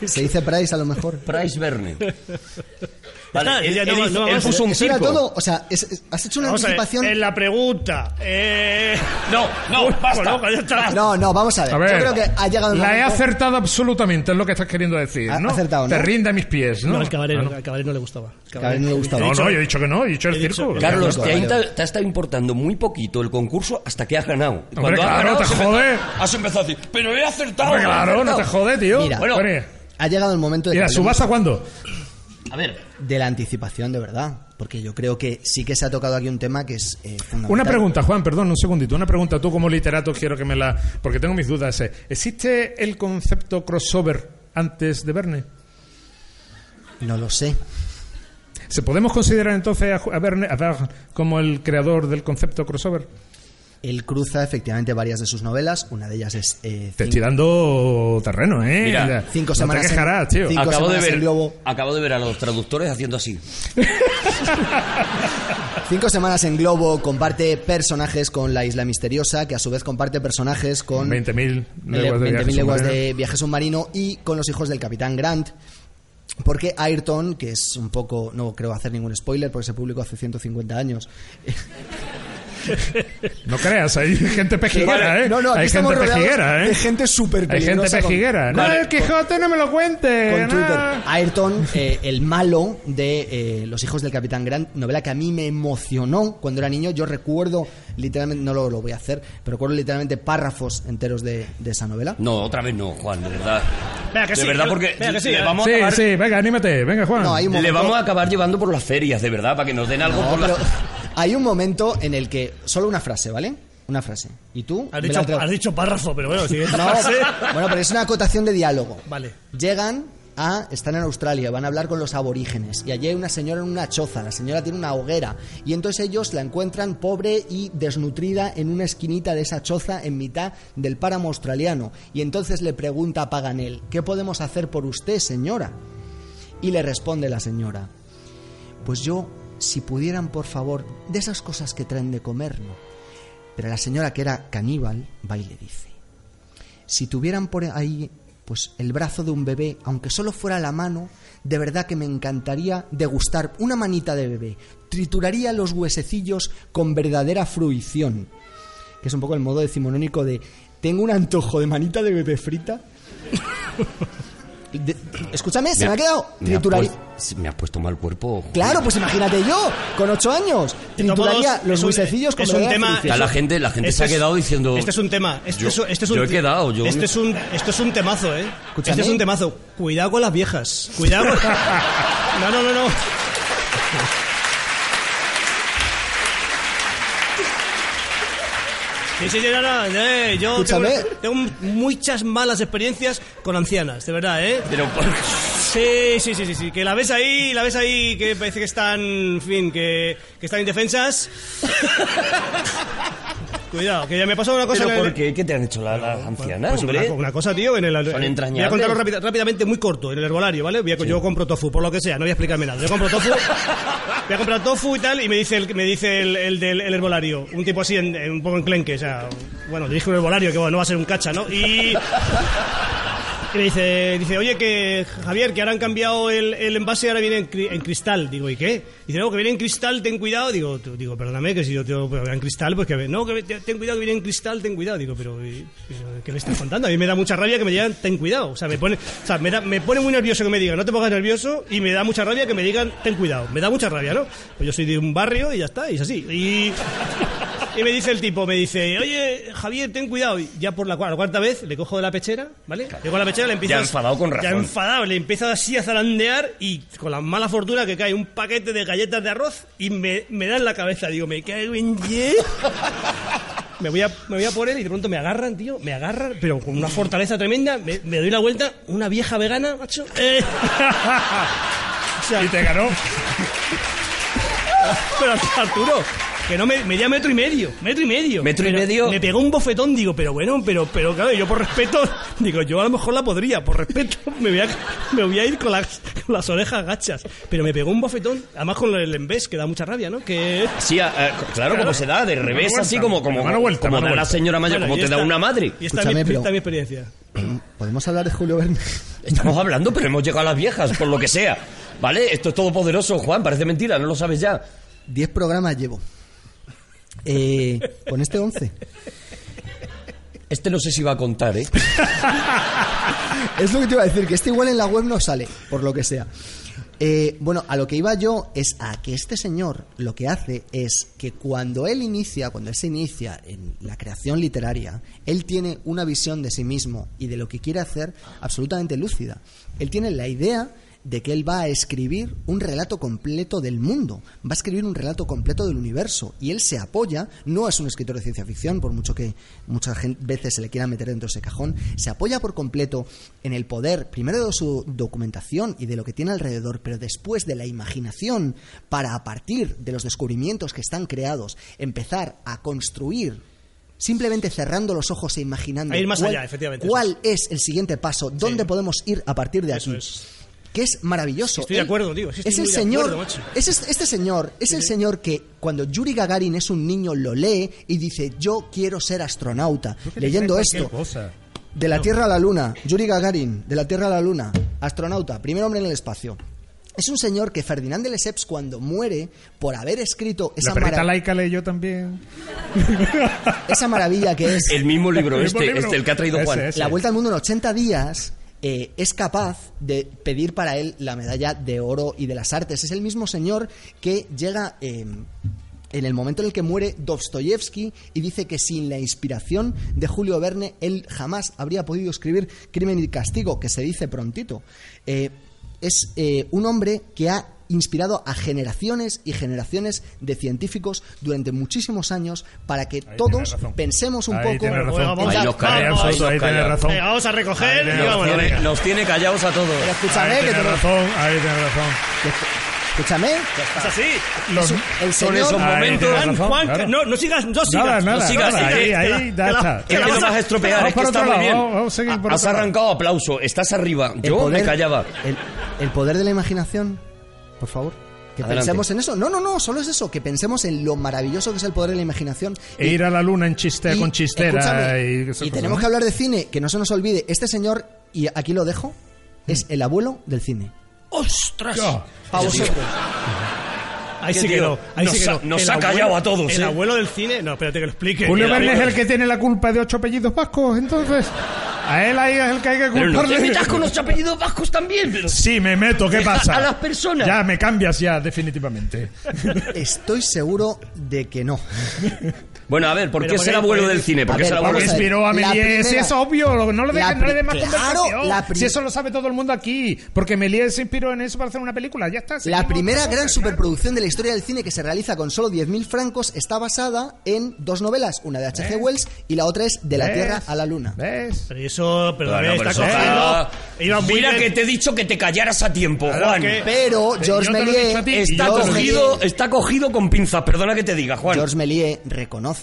Se dice price a lo
[LAUGHS]
mejor.
[LAUGHS]
Price Verne.
Está,
Vale, él,
ya no-
él hizo-
no,
él
vamos a
puso
ver.
un
Eso era
circo.
todo. O sea, es- es- has hecho una
vamos a ver,
anticipación.
en la pregunta. Eh,
No, no, basta.
bueno, ya está.
No, no, vamos a ver.
A ver,
Yo creo que ha llegado el
la he
momento-
acertado absolutamente, es lo que estás queriendo decir,
Ha-
¿no?
acertado, ¿no?
Te rinde a mis pies, ¿no?
No, el cabarero,
Ah,
al cabarero no le gustaba. El
Cabarero no le gustaba.
No,
He dicho-
no, yo he dicho que no, he dicho el
he dicho-
circo.
Carlos,
Vale,
te ha,
vale.
inter- te ha estado importando muy poquito el concurso hasta que has ganado. Y
Hombre, claro, te
has ganado, has
jode.
empezado- Has empezado a decir, pero he acertado.
Hombre,
he
claro, no
acertado".
te jode, tío.
Mira.
bueno, Oye,
Ha llegado el momento de
¿y
que
la
hablemos
subasta cuándo?
A ver,
de la anticipación de verdad. Porque yo creo que sí que se ha tocado aquí un tema que es eh, fundamental.
Una pregunta, Juan, perdón, un segundito. Una pregunta, tú como literato quiero que me la... Porque tengo mis dudas. eh. ¿Existe el concepto crossover antes de Verne?
No lo sé.
¿Se podemos considerar entonces a, Ju- a Verne a Verne como el creador del concepto crossover?
Él cruza efectivamente varias de sus novelas. Una de ellas es. eh,
Te estoy dando terreno, ¿eh?
Mira,
Ya.
cinco
No
semanas
te
en-
quejarás, tío. Ah,
cinco-
acabo de,
semanas en
ver,
Globo.
acabo de ver a los traductores haciendo así.
Cinco semanas en Globo comparte personajes con La Isla Misteriosa, que a su vez comparte personajes con.
20.000 leguas de
20.000
viaje ¿eh?
leguas
submarino.
de viaje submarino y con los hijos del Capitán Grant. Porque Ayrton, que es un poco, no creo hacer ningún spoiler porque se publicó hace 150 años.
No creas, hay gente pejiguera,
Vale,
¿eh?
no, no, aquí
hay
estamos
gente
rodeados
pejiguera, ¿eh?
de gente súper
Hay gente
peligrosa con-
pejiguera.
con-
no, el Quijote no me lo cuente.
con
no.
Twitter. Ayrton, eh, el malo de eh, Los hijos del Capitán Grant, novela que a mí me emocionó cuando era niño. Yo recuerdo, literalmente, no lo, lo voy a hacer, pero recuerdo literalmente párrafos enteros de, de esa novela.
No, otra vez no, Juan, de verdad.
Venga, que
de
sí,
verdad,
yo-
porque
venga, que sí,
le,
eh.
vamos a
Sí,
acabar,
sí, venga, anímate. Venga, Juan.
No, hay un
le
momento-
vamos a acabar llevando por las ferias, de verdad, para que nos den algo
No,
por la...
pero
[LAUGHS]
hay un momento en el que solo una frase, ¿vale? Una frase. ¿Y tú?
Has
me
dicho,
la tra-
has dicho párrafo, pero bueno, sí. [LAUGHS]
No, bueno, pero es una acotación de diálogo.
Vale.
Llegan a están en Australia, van a hablar con los aborígenes y allí hay una señora en una choza, la señora tiene una hoguera y entonces ellos la encuentran pobre y desnutrida en una esquinita de esa choza en mitad del páramo australiano y entonces le pregunta a Paganel, "¿Qué podemos hacer por usted, señora?" Y le responde la señora, "Pues yo si pudieran, por favor, de esas cosas que traen de comer, no." Pero la señora que era caníbal va y le dice, si tuvieran por ahí pues el brazo de un bebé, aunque solo fuera la mano, de verdad que me encantaría degustar una manita de bebé. Trituraría los huesecillos con verdadera fruición. Que es un poco el modo decimonónico de tengo un antojo de manita de bebé frita. [LAUGHS] de- escúchame, se
ha-
me ha quedado trituraría.
Me ha puesto, me ha puesto mal cuerpo.
Claro, pues imagínate yo, con ocho años,
De todos modos,
trituraría los
es un-
guisecillos con
es un
orégano
tema-
judicial.
Está la gente, la gente se
Este
ha
es-
quedado diciendo.
Este es un tema. Este
Yo-
es, este es un
yo he
ti-
quedado, yo-
Este es un, esto es un temazo, ¿eh?
Escúchame.
Este es un temazo. Cuidado con las viejas. Cuidado
[LAUGHS]
con... No, no, no, no. Sí, sí, sí, no, no, eh, yo
Escúchame.
Tengo, tengo muchas malas experiencias con ancianas, de verdad, ¿eh?
Pero por-
Pues
Sí, sí, sí, sí, sí, que la ves ahí, la ves ahí, que parece que están, en fin, que, que están
[LAUGHS]
indefensas. Cuidado, que ya me pasó una cosa.
¿Pero
en el-
por qué? ¿Qué te han hecho la- las ancianas,
Pues una,
hombre?
co- una cosa, tío, en el... eh,
Son entrañables.
Voy a contarlo rápida- rápidamente, muy corto, en el herbolario, ¿vale? Voy a- Yo compro tofu, por lo que sea, no voy a explicarme nada. Yo compro
[LAUGHS]
tofu, voy a comprar tofu y tal, y me dice el, me dice el, el del el herbolario, un tipo así, en- en- un poco enclenque, o sea, bueno, dirige un herbolario que bueno, no va a ser un cacha, ¿no? Y... Y me dice, dice, oye, que Javier, que ahora han cambiado el, el envase y ahora viene en, cri- en cristal. Digo, ¿y qué? Dice, no, que viene en cristal, ten cuidado. Digo, tú- digo perdóname, que si yo te digo, pero en cristal, pues que... ve- No, que ve- ten cuidado, que viene en cristal, ten cuidado. Digo, pero, ¿y- pero ¿qué me estás contando? A mí me da mucha rabia que me digan, ten cuidado. O sea, me pone, o sea, me, da- me pone muy nervioso que me digan, no te pongas nervioso, y me da mucha rabia que me digan, ten cuidado. Me da mucha rabia, ¿no? Pues yo soy de un barrio y ya está, y es así. Y... Y me dice el tipo, me dice, oye, Javier, ten cuidado. Y ya por la, cua- la cuarta vez le cojo de la pechera, ¿vale? Le cojo la pechera, le empiezo...
Ya
a-
enfadado con
Ya
razón.
enfadado, le empiezo así a zarandear y con la mala fortuna que cae un paquete de galletas de arroz y me, me da en la cabeza. Digo, me caigo en
[LAUGHS]
ye. Me voy, a, me voy a por él y de pronto me agarran, tío, me agarran, pero con una fortaleza tremenda, me, me doy la vuelta, una vieja vegana, macho. [LAUGHS]
[LAUGHS]
eh. O sea,
Y te ganó.
pero Arturo, que no me medía metro y medio, metro y medio.
Metro y
Pero
medio.
Me pegó un bofetón, digo, pero bueno, pero, pero claro, yo por respeto, [LAUGHS] digo, yo a lo mejor la podría, por respeto, [LAUGHS] me voy a, me voy a ir con las, con las orejas gachas. Pero me pegó un bofetón, además con el embés, que da mucha rabia, ¿no? Que
Sí, ah, ah, claro, como se da, de revés,
vuelta,
así como, como,
mano vuelta,
como
mano
da la
vuelta.
señora mayor,
Bueno,
como
y
te da
esta-
una madre.
Y esta es mi,
Escúchame, pero-
esta es mi experiencia.
¿Podemos hablar de Julio Verne?
Estamos hablando, pero hemos llegado a las viejas, por lo que sea. ¿Vale? Esto es todopoderoso, Juan, parece mentira, no lo sabes ya.
Diez programas llevo. Eh, con este once.
Este no sé si va a contar, ¿eh?
Es lo que te iba a decir, que este igual en la web no sale, por lo que sea. Eh, bueno, a lo que iba yo es a que este señor lo que hace es que cuando él inicia, cuando él se inicia en la creación literaria, él tiene una visión de sí mismo y de lo que quiere hacer absolutamente lúcida. Él tiene la idea de que él va a escribir un relato completo del mundo, va a escribir un relato completo del universo y él se apoya, no es un escritor de ciencia ficción, por mucho que muchas gen- veces se le quiera meter dentro de ese cajón, se apoya por completo en el poder, primero de su documentación y de lo que tiene alrededor, pero después de la imaginación para a partir de los descubrimientos que están creados empezar a construir simplemente cerrando los ojos e imaginando
A ir más
cuál,
allá, efectivamente,
cuál es el siguiente paso, dónde podemos ir a partir de
Eso
aquí
es.
que es maravilloso.
Estoy de acuerdo, tío, sí estoy
es el
muy de
señor,
acuerdo, macho.
es es- este señor, es el señor que cuando Yuri Gagarin es un niño lo lee y dice yo quiero ser astronauta. Leyendo esto, de la Tierra a la Luna, Yuri Gagarin, de la Tierra a la Luna, astronauta, primer hombre en el espacio. Es un señor que Ferdinand de Lesseps cuando muere por haber escrito
La
esa,
perrita
mara-
laica leí yo también.
esa maravilla
[LAUGHS]
que es
[LAUGHS] El mismo libro
El mismo
este,
libro.
este, el que ha traído
Ese,
Juan.
ese.
La Vuelta al Mundo en 80 días eh, es capaz de pedir para él la medalla de oro y de las artes. Es el mismo señor que llega eh, en el momento en el que muere Dostoyevsky y dice que sin la inspiración de Julio Verne él jamás habría podido escribir Crimen y Castigo, que se dice prontito. Eh, es eh, un hombre que ha inspirado a generaciones y generaciones de científicos durante muchísimos años para que
tienes
todos
razón.
pensemos un
Ahí
poco
tienes razón.
Venga, vamos
Ahí
a-
nos callamos,
vamos.
ahí nos
ahí tienes
callamos.
razón.
Venga, vamos a recoger
Ahí
y
tiene
Nos
vámonos,
razón,
tiene,
venga.
nos tiene callados a todos.
Pero
Ahí
escúchame, que
tienes
tenemos-
razón, ahí tienes razón.
escúchame,
Es así.
Los-
el
Son
señor
esos
Ahí
momentos.
tienes
Juan,
razón,
Juan,
claro.
no, no sigas, no sigas.
Nada, nada,
no sigas,
nada,
sigas,
ahí,
que la-
ahí, ya
que la-
está.
que
Es
la
que lo
vas a-
vas a estropear,
Vamos
es que
para
está
otro
muy
lado,
bien.
vamos, vamos a seguir por
Has
otro lado.
arrancado aplauso, estás arriba.
El
Yo me
poder-
callaba.
El, el poder de la imaginación, por favor. Que
Adelante.
pensemos en eso. No, no, no, solo es eso. Que pensemos en lo maravilloso que es el poder de la imaginación.
E ir a la luna en chiste
y-
con chistera.
escúchame,
Y, esas
y
cosas,
tenemos
¿no?
que hablar de cine, que no se nos olvide. Este señor, y aquí lo dejo, es
Mm.
el abuelo del cine.
¡Ostras!
Yo.
Para vosotros.
Ahí
¿Qué
sí
tío?
quedó. Ahí
Nos
sí
ha-
quedó.
nos
El
ha callado
abuelo-
a todos,
El
¿eh?
abuelo del cine. No, espérate que lo explique.
Julio Verne es
abuelo-
el que tiene la culpa de ocho apellidos vascos, entonces. A él ahí es el que hay que
Pero no te
culparle.
metas con los apellidos vascos también. pero-
Sí, me meto, ¿qué
Deja
pasa?
a las personas.
Ya, me cambias ya, definitivamente.
Estoy seguro de que no.
Bueno, a ver, ¿por
Pero
qué es el
porque-
abuelo del cine? ¿Por
A
qué es
ver,
el abuelo
vamos a ver.
Porque
del cine?
inspiró a
la
Méliès,
primera-
es obvio, lo- no le
la
dejes no le des
pri-
más
claro,
conversación.
la pri-
si eso lo sabe todo el mundo aquí, porque Méliès se inspiró en eso para hacer una película, ya está.
La
seguimos.
primera gran superproducción de la historia del cine que se realiza con solo 10.000 francos está basada en dos novelas, una de H.G. Wells y la otra es De la
¿Ves?
Tierra a la Luna.
¿Ves?
Pero eso, pero
Claro,
está
pero eso
cogiendo.
está-
Iba muy
pues, Mira
bien.
que te he dicho que te callaras a tiempo,
Claro
Juan.
que-
Pero Georges
yo te lo he dicho a
Méliès,
ti,
Está
Georges
cogido,
Méliès-
está cogido con pinzas, perdona que te diga, Juan.
Georges Méliès reconoce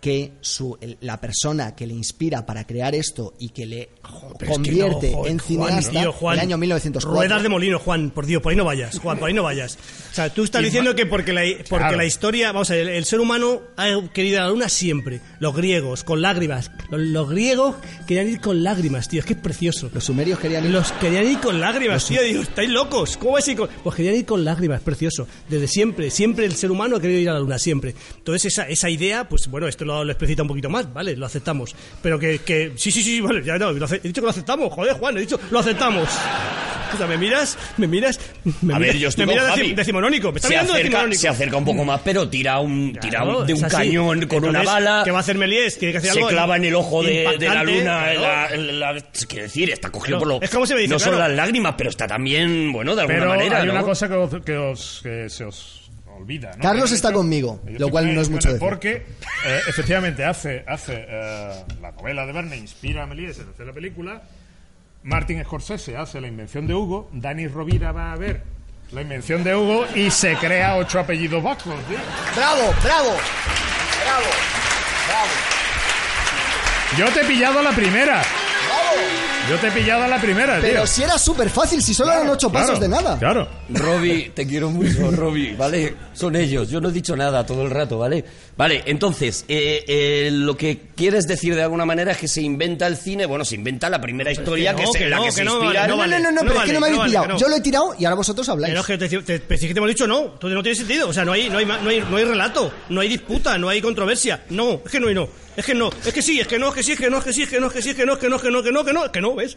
que su, el- la persona que le inspira para crear esto y que le
Pero es que no,
convierte
joder,
en
Juan,
cineasta
tío, Juan.
en el año 1904.
Ruedas de molino, Juan, por Dios, por ahí no vayas, Juan, por ahí no vayas. O sea, tú estás diciendo que porque la, porque
Claro.
la historia, vamos a ver, el ser humano ha querido ir a la luna siempre. Los griegos, con lágrimas. Los, los griegos querían ir con lágrimas, tío, es que es precioso.
Los sumerios querían ir-
Los querían ir con lágrimas, tío. Digo, estáis locos. ¿Cómo vais a ir con.? Pues querían ir con lágrimas, precioso. Desde siempre, siempre el ser humano ha querido ir a la luna, siempre. Entonces, esa, esa idea, pues bueno, esto lo, lo explicita un poquito más, ¿vale? Lo aceptamos. Pero que. que sí, sí, sí, sí, vale, ya no. lo ace- he dicho que lo aceptamos, joder, Juan, he dicho, lo aceptamos. O sea, me miras, me miras. Me
A ver,
miras-
yo estoy
me
con
miras
Javi.
decim- decimonónico, me está
se
mirando
acerca,
decimonónico. Mm.
se acerca un poco más, pero tira un, tira un-
Claro,
de un
es así.
cañón con una
Entonces,
bala.
¿Qué va a hacer Melies? Tiene que hacer
se
algo
clava en el ojo de, de la
impactante,
luna. en la-
claro.
en la- es- quiero decir, está cogido
Claro.
por lo.
Es como se me dice,
no son
claro.
las lágrimas, pero está también, bueno, de alguna
Pero
manera.
hay
¿no?
una cosa que, os- que os- que se os olvida. ¿no?
Carlos
Que
está
yo-
conmigo,
yo
lo
estoy
cual
con
no es
él,
mucho
bueno,
decir.
Porque eh, efectivamente hace, hace eh, la novela de Verne, inspira a Méliès en hacer la película. Martin Scorsese hace la invención de Hugo. Dani Rovira va a ver la invención de Hugo y se crea ocho apellidos vascos. tío.
¡Bravo, bravo!
Yo te he pillado a la primera. Yo te he pillado a la primera, tío.
Pero si era súper fácil, si solo eran ocho
Claro,
pasos de nada.
Claro.
Robbie, te quiero mucho, Robbie, ¿vale? Son ellos, yo no he dicho nada todo el rato, ¿vale? Vale, entonces, eh, eh, lo que quieres decir de alguna manera es que se inventa el cine, bueno, se inventa la primera historia
no,
que, se,
Pues que
la
no,
que,
que
se
no,
inspira.
vale,
No, no,
vale,
no, no,
no
pero es
vale,
que no me habéis
no vale,
pillado.
que no.
Yo lo he tirado y ahora vosotros habláis.
Pero es que te, te- te dije que te hemos dicho no, entonces no tiene sentido. O sea, no hay, no hay, ma- no hay, no hay relato, no hay disputa, no hay controversia. No, es que no y no. Es que no, es que sí, es que no, es que sí, es que no, es que sí, es que no, es que sí, es que no, es que no, es que no, es que no, es que no, es que no, ¿ves?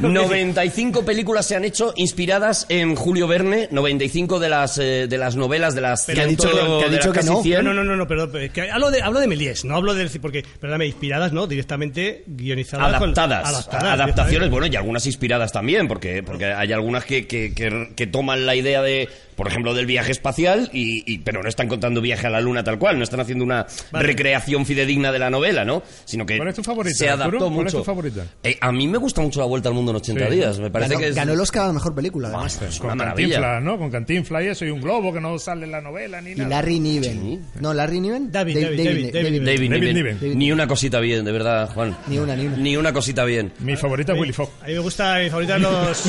95 películas se han hecho inspiradas en Julio Verne, 95 de las, eh, de las novelas, de las
Pero ha
100,
dicho que-
que ha
de las
dicho que
casi
no.
100.
No, no, no, no, perdón. pero es que hablo de, hablo de Méliès, no hablo de. Porque, perdóname, inspiradas, ¿no? Directamente guionizadas. con-
adaptadas,
adaptadas
adaptaciones,
directamente.
bueno, y algunas inspiradas también, porque, porque hay algunas que, que, que- que toman la idea de, por ejemplo, del viaje espacial, y, y- pero no están contando viaje a la luna tal cual, no están haciendo una
Vale.
recreación fidedigna de la novela, ¿no? Sino que
¿Cuál es tu favorita,
Eh, se adaptó
Arturo? ¿Cuál
mucho.
es tu favorita?
Eh, a mí me gusta mucho La Vuelta al Mundo en 80
Sí.
días, me parece
ganó,
que es...
ganó el Oscar a la mejor película, además.
Buah, es una
Con
maravilla.
Cantinflas, ¿no? Con Cantinflas y eso, y un globo que no sale en la novela ni
Y
nada.
Larry Niven. No, Larry Niven.
David,
Da-
David, David, David.
David,
David
Niven.
Niven.
Ni una cosita bien, de verdad, Juan.
Ni una, ni una.
Ni una cosita bien.
Mi favorita es Willy Fox.
A mí me gusta, mi favorita es los.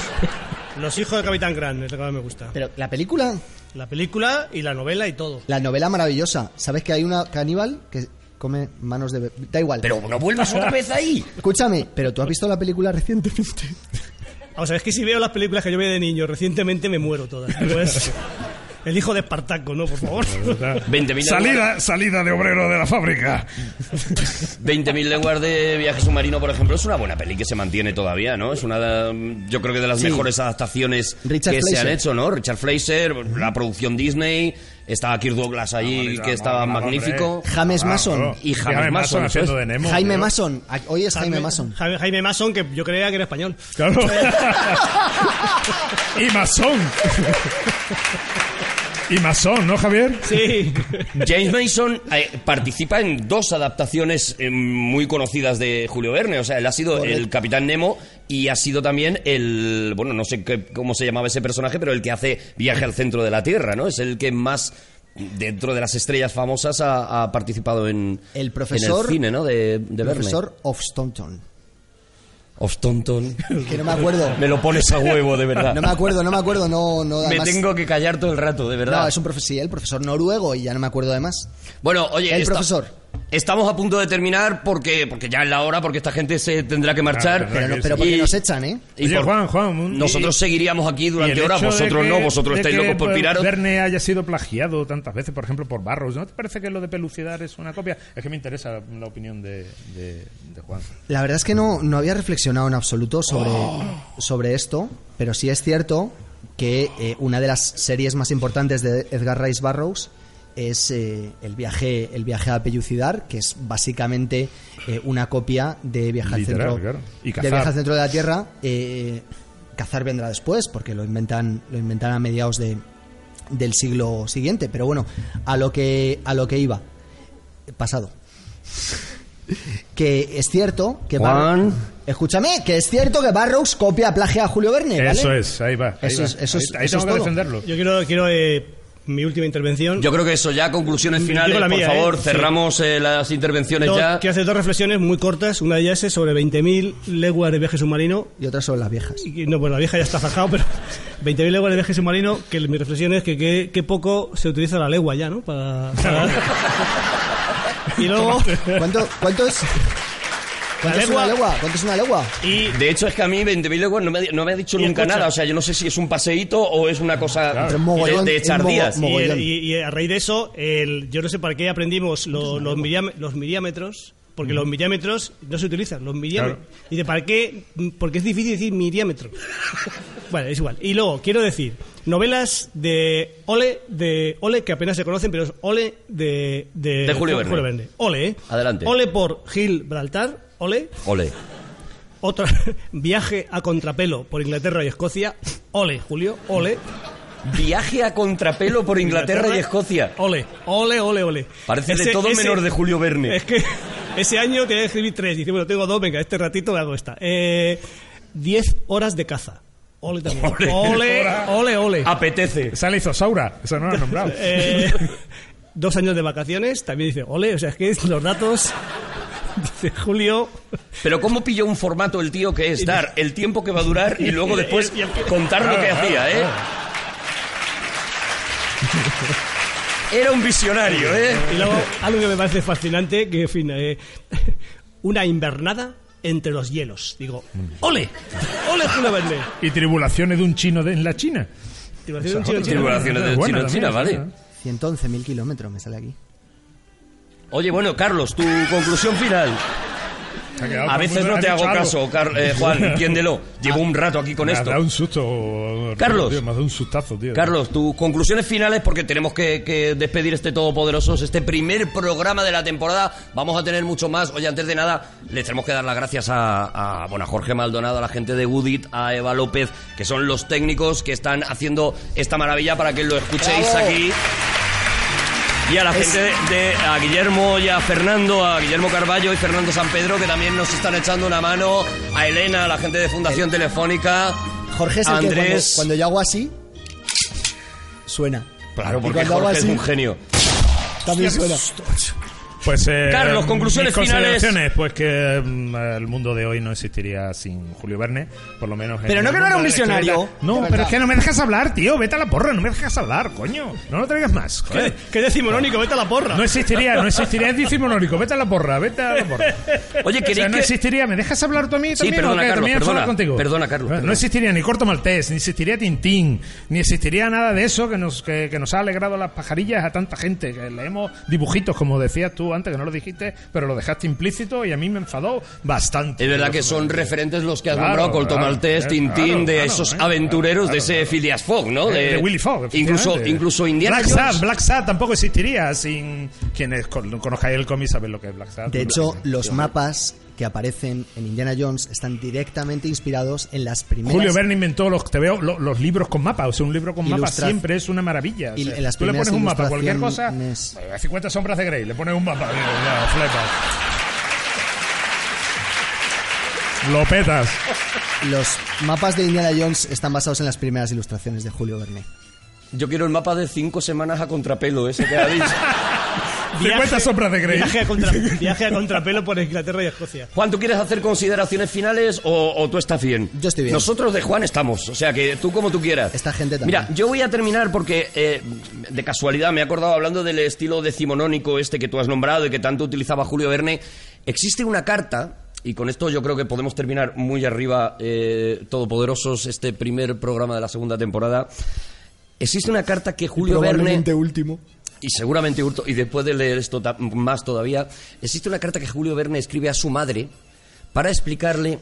Los hijos de Capitán Grant, es lo que más me gusta.
Pero la película,
La película y la novela y todo.
la novela maravillosa. ¿Sabes que hay una caníbal que come manos de... be- Da igual.
Pero no vuelvas otra [LAUGHS] vez ahí.
Escúchame, pero tú has visto la película recientemente.
[LAUGHS]
O sea, es que si veo las películas que yo veía de niño recientemente me muero todas. Pues, el hijo de Espartaco, ¿no? Por favor.
20.000
Salida, salida de obrero de la fábrica.
20.000 lenguas de viaje submarino, por ejemplo, es una buena peli que se mantiene todavía, ¿no? Es una, mm, yo creo que de las mejores adaptaciones
Richard
que se
Fleischer.
han hecho, ¿no? Richard Fleischer, la producción Disney, estaba Kirk Douglas ahí, que estaba magnífico.
Eh, James Mason.
ah, Y James Mason, eso
haciendo
es.
de Nemo.
Jaime
tío.
Mason. A- Hoy es Jaime Mason.
Ja- Jaime Mason, que yo creía que era español.
[LAUGHS]
Claro. y Mason. y Mason, ¿no, Javier?
Sí.
James Mason eh, participa en dos adaptaciones eh, muy conocidas de Julio Verne. O sea, él ha sido el Capitán Nemo y ha sido también el. Bueno, no sé qué- cómo se llamaba ese personaje, pero el que hace viaje al centro de la Tierra, ¿no? Es el que más. Dentro de las estrellas famosas ha, ha participado en
El profesor-
en el cine, ¿no? De, de Verne.
Profesor of Staunton.
Of Tonton.
Que no me acuerdo.
Me lo pones a huevo, de verdad.
No me acuerdo, no me acuerdo. No, no,
Me
además-
tengo que callar todo el rato, de verdad.
No, es un profesor, sí, el profesor noruego y ya no me acuerdo de más.
Bueno, oye,
El
esta-
profesor.
Estamos a punto de terminar porque, porque ya es la hora, porque esta gente se tendrá que marchar.
Claro,
Pero, no-
que
pero
sí.
porque
Y-
nos echan, ¿eh?
y
Oye,
por-
Juan, Juan, un-
Nosotros
y-
seguiríamos aquí
Y
durante
el
horas,
hecho de
vosotros
que-
no, vosotros
de
estáis
que,
locos por
pues,
piraros.
Verne haya sido plagiado tantas veces, por ejemplo, por Barrows. ¿No te parece que lo de pelucidar es una copia? Es que me interesa la opinión de, de, de Juan.
La verdad es que no, no había reflexionado en absoluto sobre,
Oh.
sobre esto, pero sí es cierto que eh, una de las series más importantes de Edgar Rice Burroughs es eh, el, viaje, el viaje a Pellucidar, que es básicamente eh, una copia de Viaje al
Literal,
Centro,
claro. Y
de
Cazar.
Viaje al Centro de la Tierra. eh, Cazar vendrá después, porque lo inventan, lo inventan a mediados de, del siglo siguiente. Pero bueno, a lo que, a lo que iba. Pasado. Que es cierto que
Juan.
Barrows- Escúchame, que es cierto que Barrows copia plagia a Julio Verne, Eh, ¿vale?
Eso es, ahí va. ahí
Eso
va.
es- eso
Ahí-
es-
ahí
eso
tengo
es
que
todo.
defenderlo.
Yo quiero, quiero eh, mi última intervención.
Yo creo que eso ya, conclusiones
Yo
finales,
digo la mía,
por favor,
¿eh? Sí.
cerramos eh, las intervenciones
Dos-
ya.
Quiero hacer dos reflexiones muy cortas. Una de ellas es sobre 20.000 leguas de viaje submarino.
Y otras son las viejas.
Y- No, pues la vieja ya está zanjado, pero [LAUGHS] 20.000 leguas de viaje submarino, que mi reflexión es que qué qué poco se utiliza la legua ya, ¿no? Para... y luego...
¿Cuánto, cuánto es? ¿Cuánto
La
es una
legua.
legua? ¿Cuánto es una legua?
Y
De hecho, es que a mí 20.000 leguas no me, ha- no me ha dicho
Y
nunca
escucha.
nada. O sea, yo no sé si es un paseíto o es una cosa
Claro.
de-
Un mogollón,
de,
un
echar
mogo-
días.
mogo-
Y,
Mogollón.
y- y a raíz de eso, el- yo no sé para qué aprendimos lo- los, miriam- los miliámetros, porque los miliámetros no se utilizan, los miliámetros.
Claro.
Dice, ¿para qué? Porque es difícil decir miliámetro. bueno, es igual. Y luego, quiero decir, novelas de Ole, de Ole que apenas se conocen, pero es Ole de,
De Julio Verne.
Ole, ¿eh?
Adelante.
Ole por Gibraltar, Ole.
Ole.
Otra, [LAUGHS] viaje a contrapelo por Inglaterra y Escocia, Ole, Julio, Ole.
Viaje a contrapelo por Inglaterra, y Escocia.
Ole, ole, ole, ole.
Parece de todo menor de Julio Verne.
Es que ese año tenía que escribir tres. Dice, bueno, tengo dos, venga, este ratito me hago esta. Eh, diez horas de caza. Ole también.
[LAUGHS] Ole. Ah.
Ole, ole, ole.
Apetece.
Esa la hizo Saura, esa no la
[LAUGHS]
has nombrado.
Eh, [LAUGHS] dos años de vacaciones, también dice, ole, o sea, es que los datos... [LAUGHS] Dice Julio...
Pero ¿cómo pilló un formato el tío que es dar el tiempo que va a durar y
[LAUGHS]
luego después
Y- y- y-
contar lo
Ah,
que hacía, eh? Era un visionario, ¿eh?
Y luego, algo que me parece fascinante, que, en fin, eh, una invernada entre los hielos. Digo, ole, ole Julio Verne.
Y tribulaciones de un chino de- en la China.
Te iba a decir un chino, chino.
Tribulaciones de
Buena
China,
también,
China, vale.
esa.
111.000 kilómetros me sale aquí.
Oye, bueno, Carlos, tu conclusión final.
Se ha quedado
A
con-
veces no
pues ha
te hago
dicho algo. Ah,
caso, Car-
[LAUGHS]
eh, Juan, entiéndelo. Llevo un rato aquí con
Me has
esto.
dado un susto.
Carlos.
tío, me has dado un sustazo, tío.
Carlos, tus conclusiones finales, porque tenemos que, que despedir este Todopoderosos, este primer programa de la temporada. Vamos a tener mucho más. Oye, antes de nada, les tenemos que dar las gracias a, a, bueno, a Jorge Maldonado, a la gente de Udit, a Eva López, que son los técnicos que están haciendo esta maravilla para que lo escuchéis aquí. Y a la gente de, de- a Guillermo y a Fernando, a Guillermo Carballo y Fernando San Pedro, que también nos están echando una mano, a Elena, a la gente de Fundación Telefónica.
Jorge es el que cuando,
Andrés.
cuando yo hago así, suena.
Claro,
Y
porque
cuando hago
Jorge es
así,
un genio.
También suena.
Pues, eh,
Carlos, conclusiones
mis
finales.
consideraciones, Pues que mm, el mundo de hoy no existiría sin Julio Verne, por lo menos. en
Pero no
el
que no era
mundo
un
de la
visionario.
escritura. No,
De
pero
verdad.
es que no me dejas hablar, tío. Vete a la porra, no me dejas hablar, coño. No lo traigas más.
¿Qué,
joder.
qué decimonónico? Vete a la porra.
No existiría, no existiría. Es decimonónico. Vete a la porra, vete a la porra.
[LAUGHS] Oye,
O sea,
¿queréis
no
que-
existiría. ¿Me dejas hablar tú a mí
Sí,
también? o
perdona,
qué?
Carlos,
También
perdona.
hablar contigo.
Perdona, Carlos,
No,
perdona.
existiría ni Corto Maltés, ni existiría Tintín, ni existiría nada de eso que nos, que, que nos ha alegrado las pajarillas a tanta gente. Que leemos dibujitos, como decías tú antes, que no lo dijiste, pero lo dejaste implícito y a mí me enfadó bastante.
Es verdad que son referentes los que has
Claro,
nombrado, Colton
claro,
Maltés,
eh,
Tintín,
claro,
de
claro,
esos
eh,
aventureros,
claro,
de ese
claro. Eh,
Phileas Fogg, ¿no?
de, Willy Fogg.
Incluso,
efectivamente.
incluso Indiana
Black
Jones.
Sabbath, Black Sabbath tampoco existiría sin quienes con- conozcáis el cómic saben lo que es Black Sabbath.
De hecho, los mapas que aparecen en Indiana Jones están directamente inspirados en las primeras...
Julio Verne inventó los te veo lo- los libros con mapas, o sea, un libro con mapas
Ilustra-
siempre es una maravilla. o
Y
sea,
en las
tú le
primeras
pones un mapa a cualquier cosa,
ilustraciones-
a 50 sombras de Grey, le pones un mapa, digo, ya, flipas. Lo petas.
Los mapas de Indiana Jones están basados en las primeras ilustraciones de Julio Verne.
[LAUGHS]
Yo quiero el mapa de cinco semanas a contrapelo, ese que ha dicho.
50 sombras de Grey.
Viaje a,
[LAUGHS]
contra- viaje a contrapelo por Inglaterra y Escocia.
Juan, ¿tú quieres hacer consideraciones finales o, o tú estás bien?
Yo estoy bien.
Nosotros de Juan estamos, o sea que tú como tú quieras.
Esta gente también.
Mira, yo voy a terminar porque eh, de casualidad me he acordado hablando del estilo decimonónico este que tú has nombrado y que tanto utilizaba Julio Verne. Existe una carta, y con esto yo creo que podemos terminar muy arriba, eh, todopoderosos, este primer programa de la segunda temporada. Existe una carta que Julio Verne
último.
y seguramente Hurto, y después de leer esto ta- más todavía, existe una carta que Julio Verne escribe a su madre para explicarle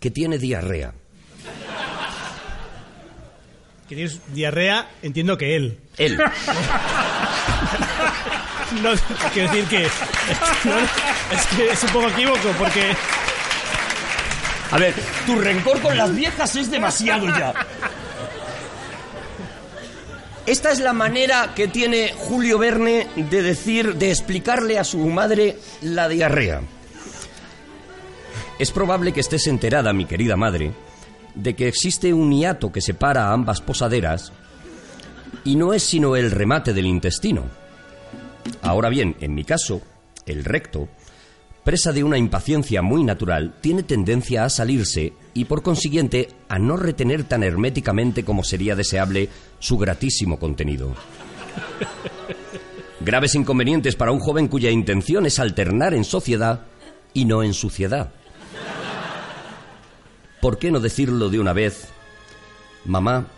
que tiene diarrea.
Que tienes diarrea, entiendo que él.
Él.
No, quiero decir que. no, es que es un poco equívoco porque.
A ver, tu rencor con las viejas es demasiado ya. Esta es la manera que tiene Julio Verne de decir, de explicarle a su madre la diarrea. Es probable que estés enterada, mi querida madre, de que existe un hiato que separa a ambas posaderas y no es sino el remate del intestino. Ahora bien, en mi caso, el recto, presa de una impaciencia muy natural, tiene tendencia a salirse y por consiguiente a no retener tan herméticamente como sería deseable su gratísimo contenido. Graves inconvenientes para un joven cuya intención es alternar en sociedad y no en suciedad. ¿Por qué no decirlo de una vez? Mamá,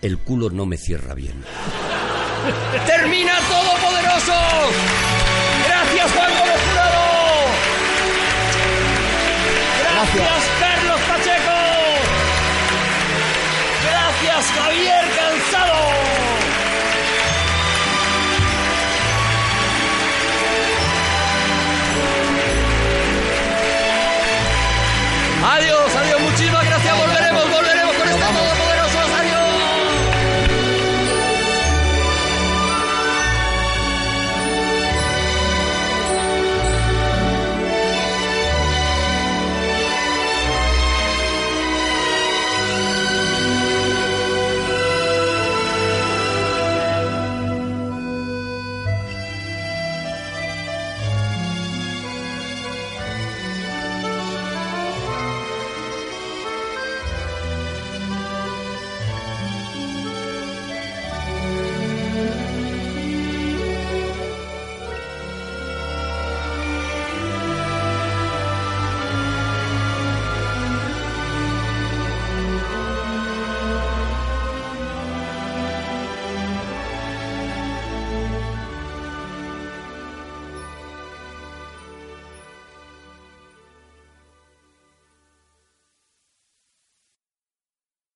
el culo no me cierra bien. ¡Termina Todopoderoso! ¡Gracias, Juan Gómez Jurado! ¡Gracias,